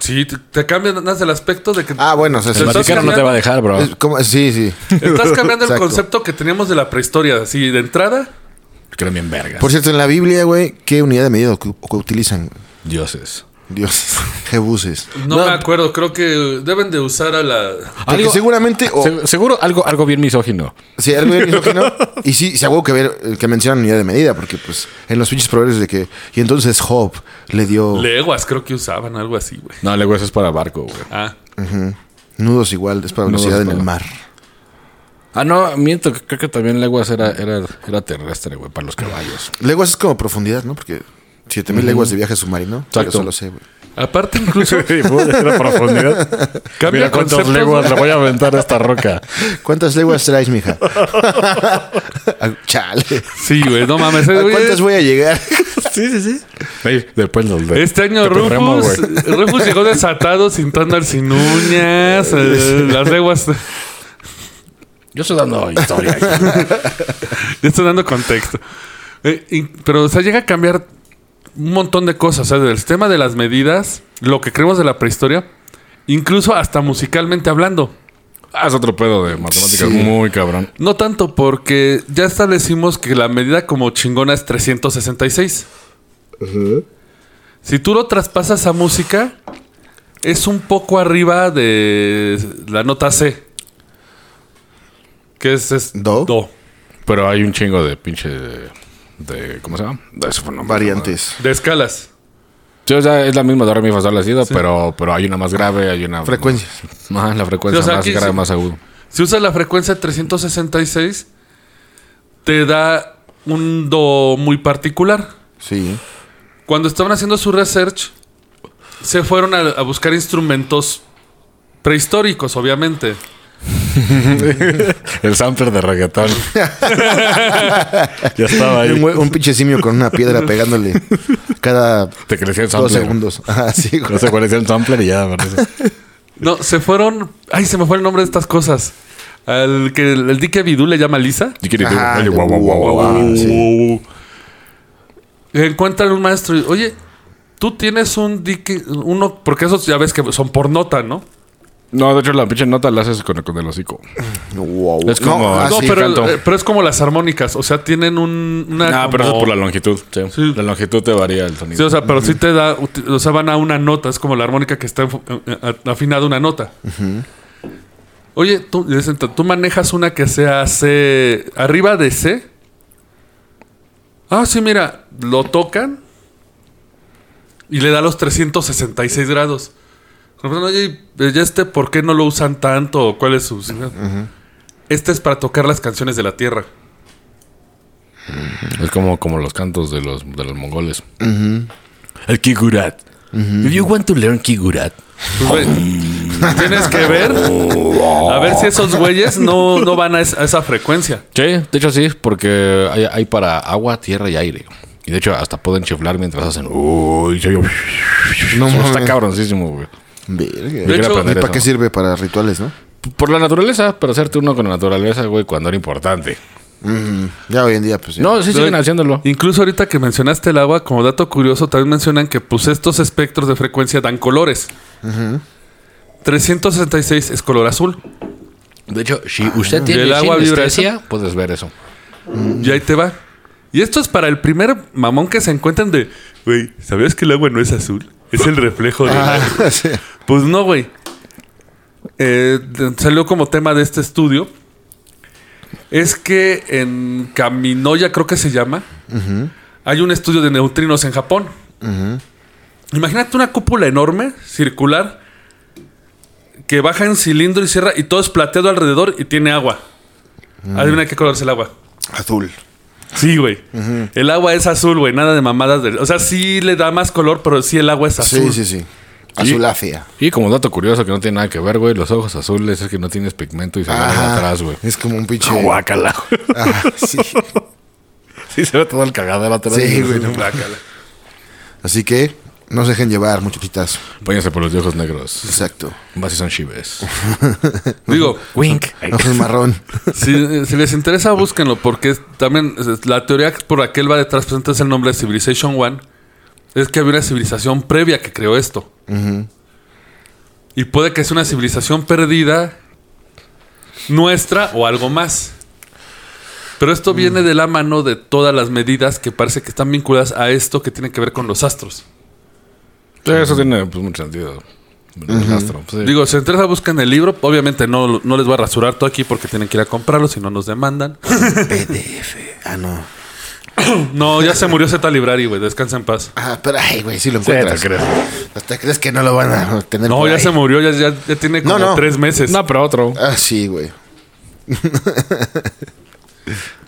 Speaker 2: Sí, te, te cambias nada más el aspecto de que
Speaker 3: Ah, bueno, o sea,
Speaker 4: El
Speaker 3: sí,
Speaker 2: Entonces,
Speaker 4: Vaticano no te va a dejar, bro.
Speaker 3: es como- sí, sí.
Speaker 2: estás cambiando el
Speaker 3: Exacto.
Speaker 2: concepto que teníamos de la prehistoria, así de entrada.
Speaker 4: Creen bien vergas.
Speaker 3: Por cierto, en la Biblia, güey, ¿qué unidad de medida ocu- ocu- utilizan?
Speaker 4: Dioses.
Speaker 3: Dios, jebuses.
Speaker 2: No, me acuerdo, creo que deben de usar a la...
Speaker 3: Porque
Speaker 4: Algo-
Speaker 3: seguramente... o-
Speaker 4: Se- seguro algo, algo bien misógino.
Speaker 3: Sí, algo bien misógino. Y sí, se hubo que ver eh, que mencionan unidad de medida, porque pues en los pinches proverbios de que. Y entonces Job le dio
Speaker 2: Leguas, creo que usaban algo así, güey.
Speaker 4: No, luego eso es para barco, güey.
Speaker 2: Ah,
Speaker 3: nudos iguales para
Speaker 4: Nudos
Speaker 3: velocidad en
Speaker 4: para-
Speaker 3: el mar.
Speaker 4: Ah, no, miento, creo que también leguas era, era, era terrestre, güey, para los caballos.
Speaker 3: Leguas es como profundidad, ¿no? Porque 7000 leguas de viaje submarino.
Speaker 4: Exacto.
Speaker 3: Yo solo sé, güey.
Speaker 2: aparte incluso
Speaker 4: era profundidad.
Speaker 2: Cambia
Speaker 4: Mira cuántas
Speaker 2: conceptos,
Speaker 4: leguas
Speaker 2: güey.
Speaker 4: le voy a aventar a esta roca.
Speaker 3: ¿Cuántas leguas traes, mija? Ah, Chale.
Speaker 2: Sí, güey, no mames. eh,
Speaker 3: ¿A
Speaker 2: güey.
Speaker 3: cuántas voy a llegar?
Speaker 4: Sí, sí, sí. después los de-
Speaker 2: Este año
Speaker 4: Pues, te perremo,
Speaker 2: Rufus,
Speaker 4: güey.
Speaker 2: Rufus llegó desatado, sin tándar, sin uñas, eh, las leguas.
Speaker 4: Yo estoy dando historia.
Speaker 2: Ya estoy dando contexto. Eh, y- pero, o sea, llega a cambiar un montón de cosas. O sea, del tema de las medidas, lo que creemos de la prehistoria, incluso hasta musicalmente hablando.
Speaker 4: Haz otro pedo de matemáticas
Speaker 3: Sí.
Speaker 4: muy cabrón.
Speaker 2: No tanto porque ya establecimos que la medida como chingona es 366. Si tú lo traspasas a música, es un poco arriba de la nota C. Que es, es
Speaker 3: Do.
Speaker 4: Pero hay un chingo de pinche de, de- ¿cómo se llama? De eso fue un nombre.
Speaker 3: Variantes.
Speaker 2: De escalas.
Speaker 4: Sí, o sea, es la misma de ahora mi fa sol la sida, pero pero hay una más grave, hay una
Speaker 3: Frecuencias.
Speaker 4: Ajá, la frecuencia
Speaker 2: Sí, o sea,
Speaker 4: más
Speaker 2: aquí
Speaker 4: grave,
Speaker 2: sí.
Speaker 4: más aguda.
Speaker 2: Si usas la frecuencia 366, te da un do muy particular.
Speaker 3: Sí.
Speaker 2: Cuando estaban haciendo su research, se fueron a, a buscar instrumentos prehistóricos, obviamente.
Speaker 4: El sampler de reggaetón. ya estaba
Speaker 3: Un,
Speaker 4: ahí.
Speaker 3: güey- un pinche simio con una piedra pegándole cada
Speaker 4: Te crecía el
Speaker 3: dos
Speaker 4: sampler.
Speaker 3: segundos. Ah, sí, güey.
Speaker 4: No sé cuál es el sampler y ya, me parece.
Speaker 2: No, se fueron. Ay, se me fue el nombre de estas cosas. Al que el, el dique Bidú le llama Lisa.
Speaker 4: Chiquitito.
Speaker 3: Ajá,
Speaker 4: Oye,
Speaker 3: de-
Speaker 4: guau, guau, guau, guau, guau.
Speaker 3: Ah, sí.
Speaker 2: Encuentran un maestro y, oye, tú tienes un dique, uno, porque esos ya ves que son por nota, ¿no?
Speaker 4: No, de hecho, la pinche nota la haces con, con el hocico.
Speaker 3: Wow.
Speaker 4: Es como-
Speaker 3: No, ah,
Speaker 2: no,
Speaker 3: sí,
Speaker 2: pero,
Speaker 4: canto.
Speaker 2: eh, pero es como las armónicas, o sea, tienen un, una.
Speaker 4: Ah, pero eso
Speaker 2: como-
Speaker 4: es por la longitud. Sí.
Speaker 2: Sí.
Speaker 4: La longitud te varía el
Speaker 2: Sí,
Speaker 4: sonido.
Speaker 2: o sea, pero sí te da, o sea, van a una nota, es como la armónica que está enfo- eh, a- afinada a una nota. Oye, tú, le dicen, tú manejas una que sea C, arriba de C. Ah, sí, mira, lo tocan y le da los 366 grados. Pero, Oye, ya este, ¿por qué no lo usan tanto? ¿O ¿Cuál es su...? Este es para tocar las canciones de la tierra.
Speaker 4: Es como, como los cantos de los, de los mongoles. El kigurat. If you want to learn kigurat.
Speaker 2: Pues, güey, Tienes que ver. A ver si esos güeyes no, no van a, es- a esa frecuencia.
Speaker 4: Sí, de hecho sí, porque hay, hay para agua, tierra y aire. Y de hecho hasta pueden chiflar mientras hacen... Uy, yo, yo-
Speaker 3: No
Speaker 4: Eso está
Speaker 3: mames.
Speaker 4: cabroncísimo, güey.
Speaker 3: Verga.
Speaker 2: De
Speaker 4: Yo quiero
Speaker 2: hecho,
Speaker 3: ¿Y
Speaker 4: aprender
Speaker 3: para
Speaker 4: eso.
Speaker 3: qué sirve? Para rituales, ¿no?
Speaker 4: Por la naturaleza, pero hacerte uno con la naturaleza, güey, cuando era importante.
Speaker 3: Mm, ya hoy en día, pues. ya.
Speaker 4: No, sí
Speaker 2: Pero-
Speaker 4: siguen haciéndolo.
Speaker 2: Incluso ahorita que mencionaste el agua, como dato curioso, también mencionan que pues estos espectros de frecuencia dan colores. 366 es color azul.
Speaker 4: De hecho, si usted
Speaker 3: Ah.
Speaker 2: tiene
Speaker 4: el agua
Speaker 2: sinestesia,
Speaker 4: vibración, puedes ver eso.
Speaker 2: Y ahí te va. Y esto es para el primer mamón que se encuentran de, güey, ¿sabías que el agua no es azul? Es el reflejo de...
Speaker 3: Ah, sí.
Speaker 2: Pues no, güey. Eh, de- salió como tema de este estudio. Es que en Kaminoya, creo que se llama, hay un estudio de neutrinos en Japón. Imagínate una cúpula enorme, circular, que baja en cilindro y cierra y todo es plateado alrededor y tiene agua.
Speaker 3: Mm.
Speaker 2: Adivina qué color es el agua.
Speaker 3: Azul.
Speaker 2: Sí, güey. El agua es azul, güey. Nada de mamadas. de- O sea, sí le da más color, pero sí el agua es azul.
Speaker 3: Sí, sí, sí. Azulácea.
Speaker 4: Y como dato curioso que no tiene nada que ver, güey, los ojos azules es que no tienes pigmento y se van
Speaker 3: Ajá.
Speaker 4: atrás, güey.
Speaker 3: Es como un pinche.
Speaker 4: Guácala.
Speaker 3: Ah, sí.
Speaker 4: Sí, se ve todo el cagadero atrás.
Speaker 3: Sí, güey, no.
Speaker 2: Guácala.
Speaker 3: Así que no se dejen llevar, muchachitas.
Speaker 4: Váyanse por los de ojos negros.
Speaker 3: Exacto.
Speaker 4: Más si son chives.
Speaker 2: Digo,
Speaker 4: Wink.
Speaker 3: Ojos marrón.
Speaker 2: si, si les interesa, búsquenlo, porque es- también es- la teoría que por la que él va detrás, presenta es el nombre de Civilization One, es que había una civilización previa que creó esto. Y puede que sea una civilización perdida, nuestra o algo más. Pero esto viene de la mano de todas las medidas que parece que están vinculadas a esto que tiene que ver con los astros.
Speaker 4: Sí, eso tiene pues, mucho sentido. El rastro, pues, sí.
Speaker 2: Digo, se interesa, buscan el libro. Obviamente no, no les voy a rasurar todo aquí porque tienen que ir a comprarlo, si no nos demandan.
Speaker 3: PDF. Ah, no.
Speaker 2: No, ya se murió Z Librari, güey. Descansa en paz.
Speaker 3: Ah, pero ay, güey, sí lo
Speaker 4: Sí,
Speaker 3: encuentras.
Speaker 4: te creo.
Speaker 3: ¿Hasta crees que no lo van a tener?
Speaker 2: No,
Speaker 3: por
Speaker 2: ya
Speaker 3: ahí?
Speaker 2: se murió, ya, ya, ya tiene
Speaker 3: No,
Speaker 2: como
Speaker 3: no.
Speaker 2: tres meses.
Speaker 4: No, pero otro.
Speaker 3: Ah, sí, güey.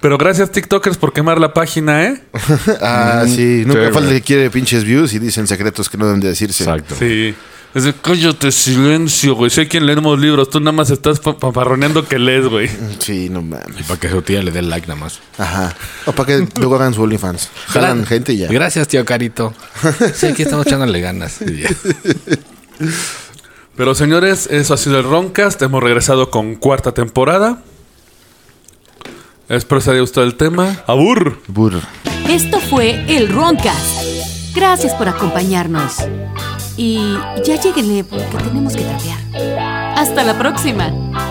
Speaker 2: Pero gracias, TikTokers, por quemar la página, ¿eh?
Speaker 3: Ah, sí.
Speaker 4: sí,
Speaker 3: Nunca
Speaker 4: güey.
Speaker 3: falta el que quiere pinches views y dicen secretos que no deben de decirse.
Speaker 4: Exacto.
Speaker 2: Sí. Es de, cállate, silencio, güey. Sé quien leemos libros. Tú nada más estás pa- paparroneando que lees, güey.
Speaker 3: Sí, no mames.
Speaker 4: Y para que su tía le dé like nada más.
Speaker 3: Ajá. O para que luego hagan su OnlyFans. Jalan
Speaker 4: Gra-
Speaker 3: gente y ya.
Speaker 4: Gracias, tío Carito. Sí, aquí estamos echándole ganas. Y ya.
Speaker 2: Pero señores, eso ha sido el Roncast. Hemos regresado con cuarta temporada. Espero se haya gustado el tema. ¡Abur!
Speaker 3: Burr.
Speaker 1: Esto fue el Roncast. Gracias por acompañarnos. Y ya lleguenle porque tenemos que trapear. Hasta la próxima.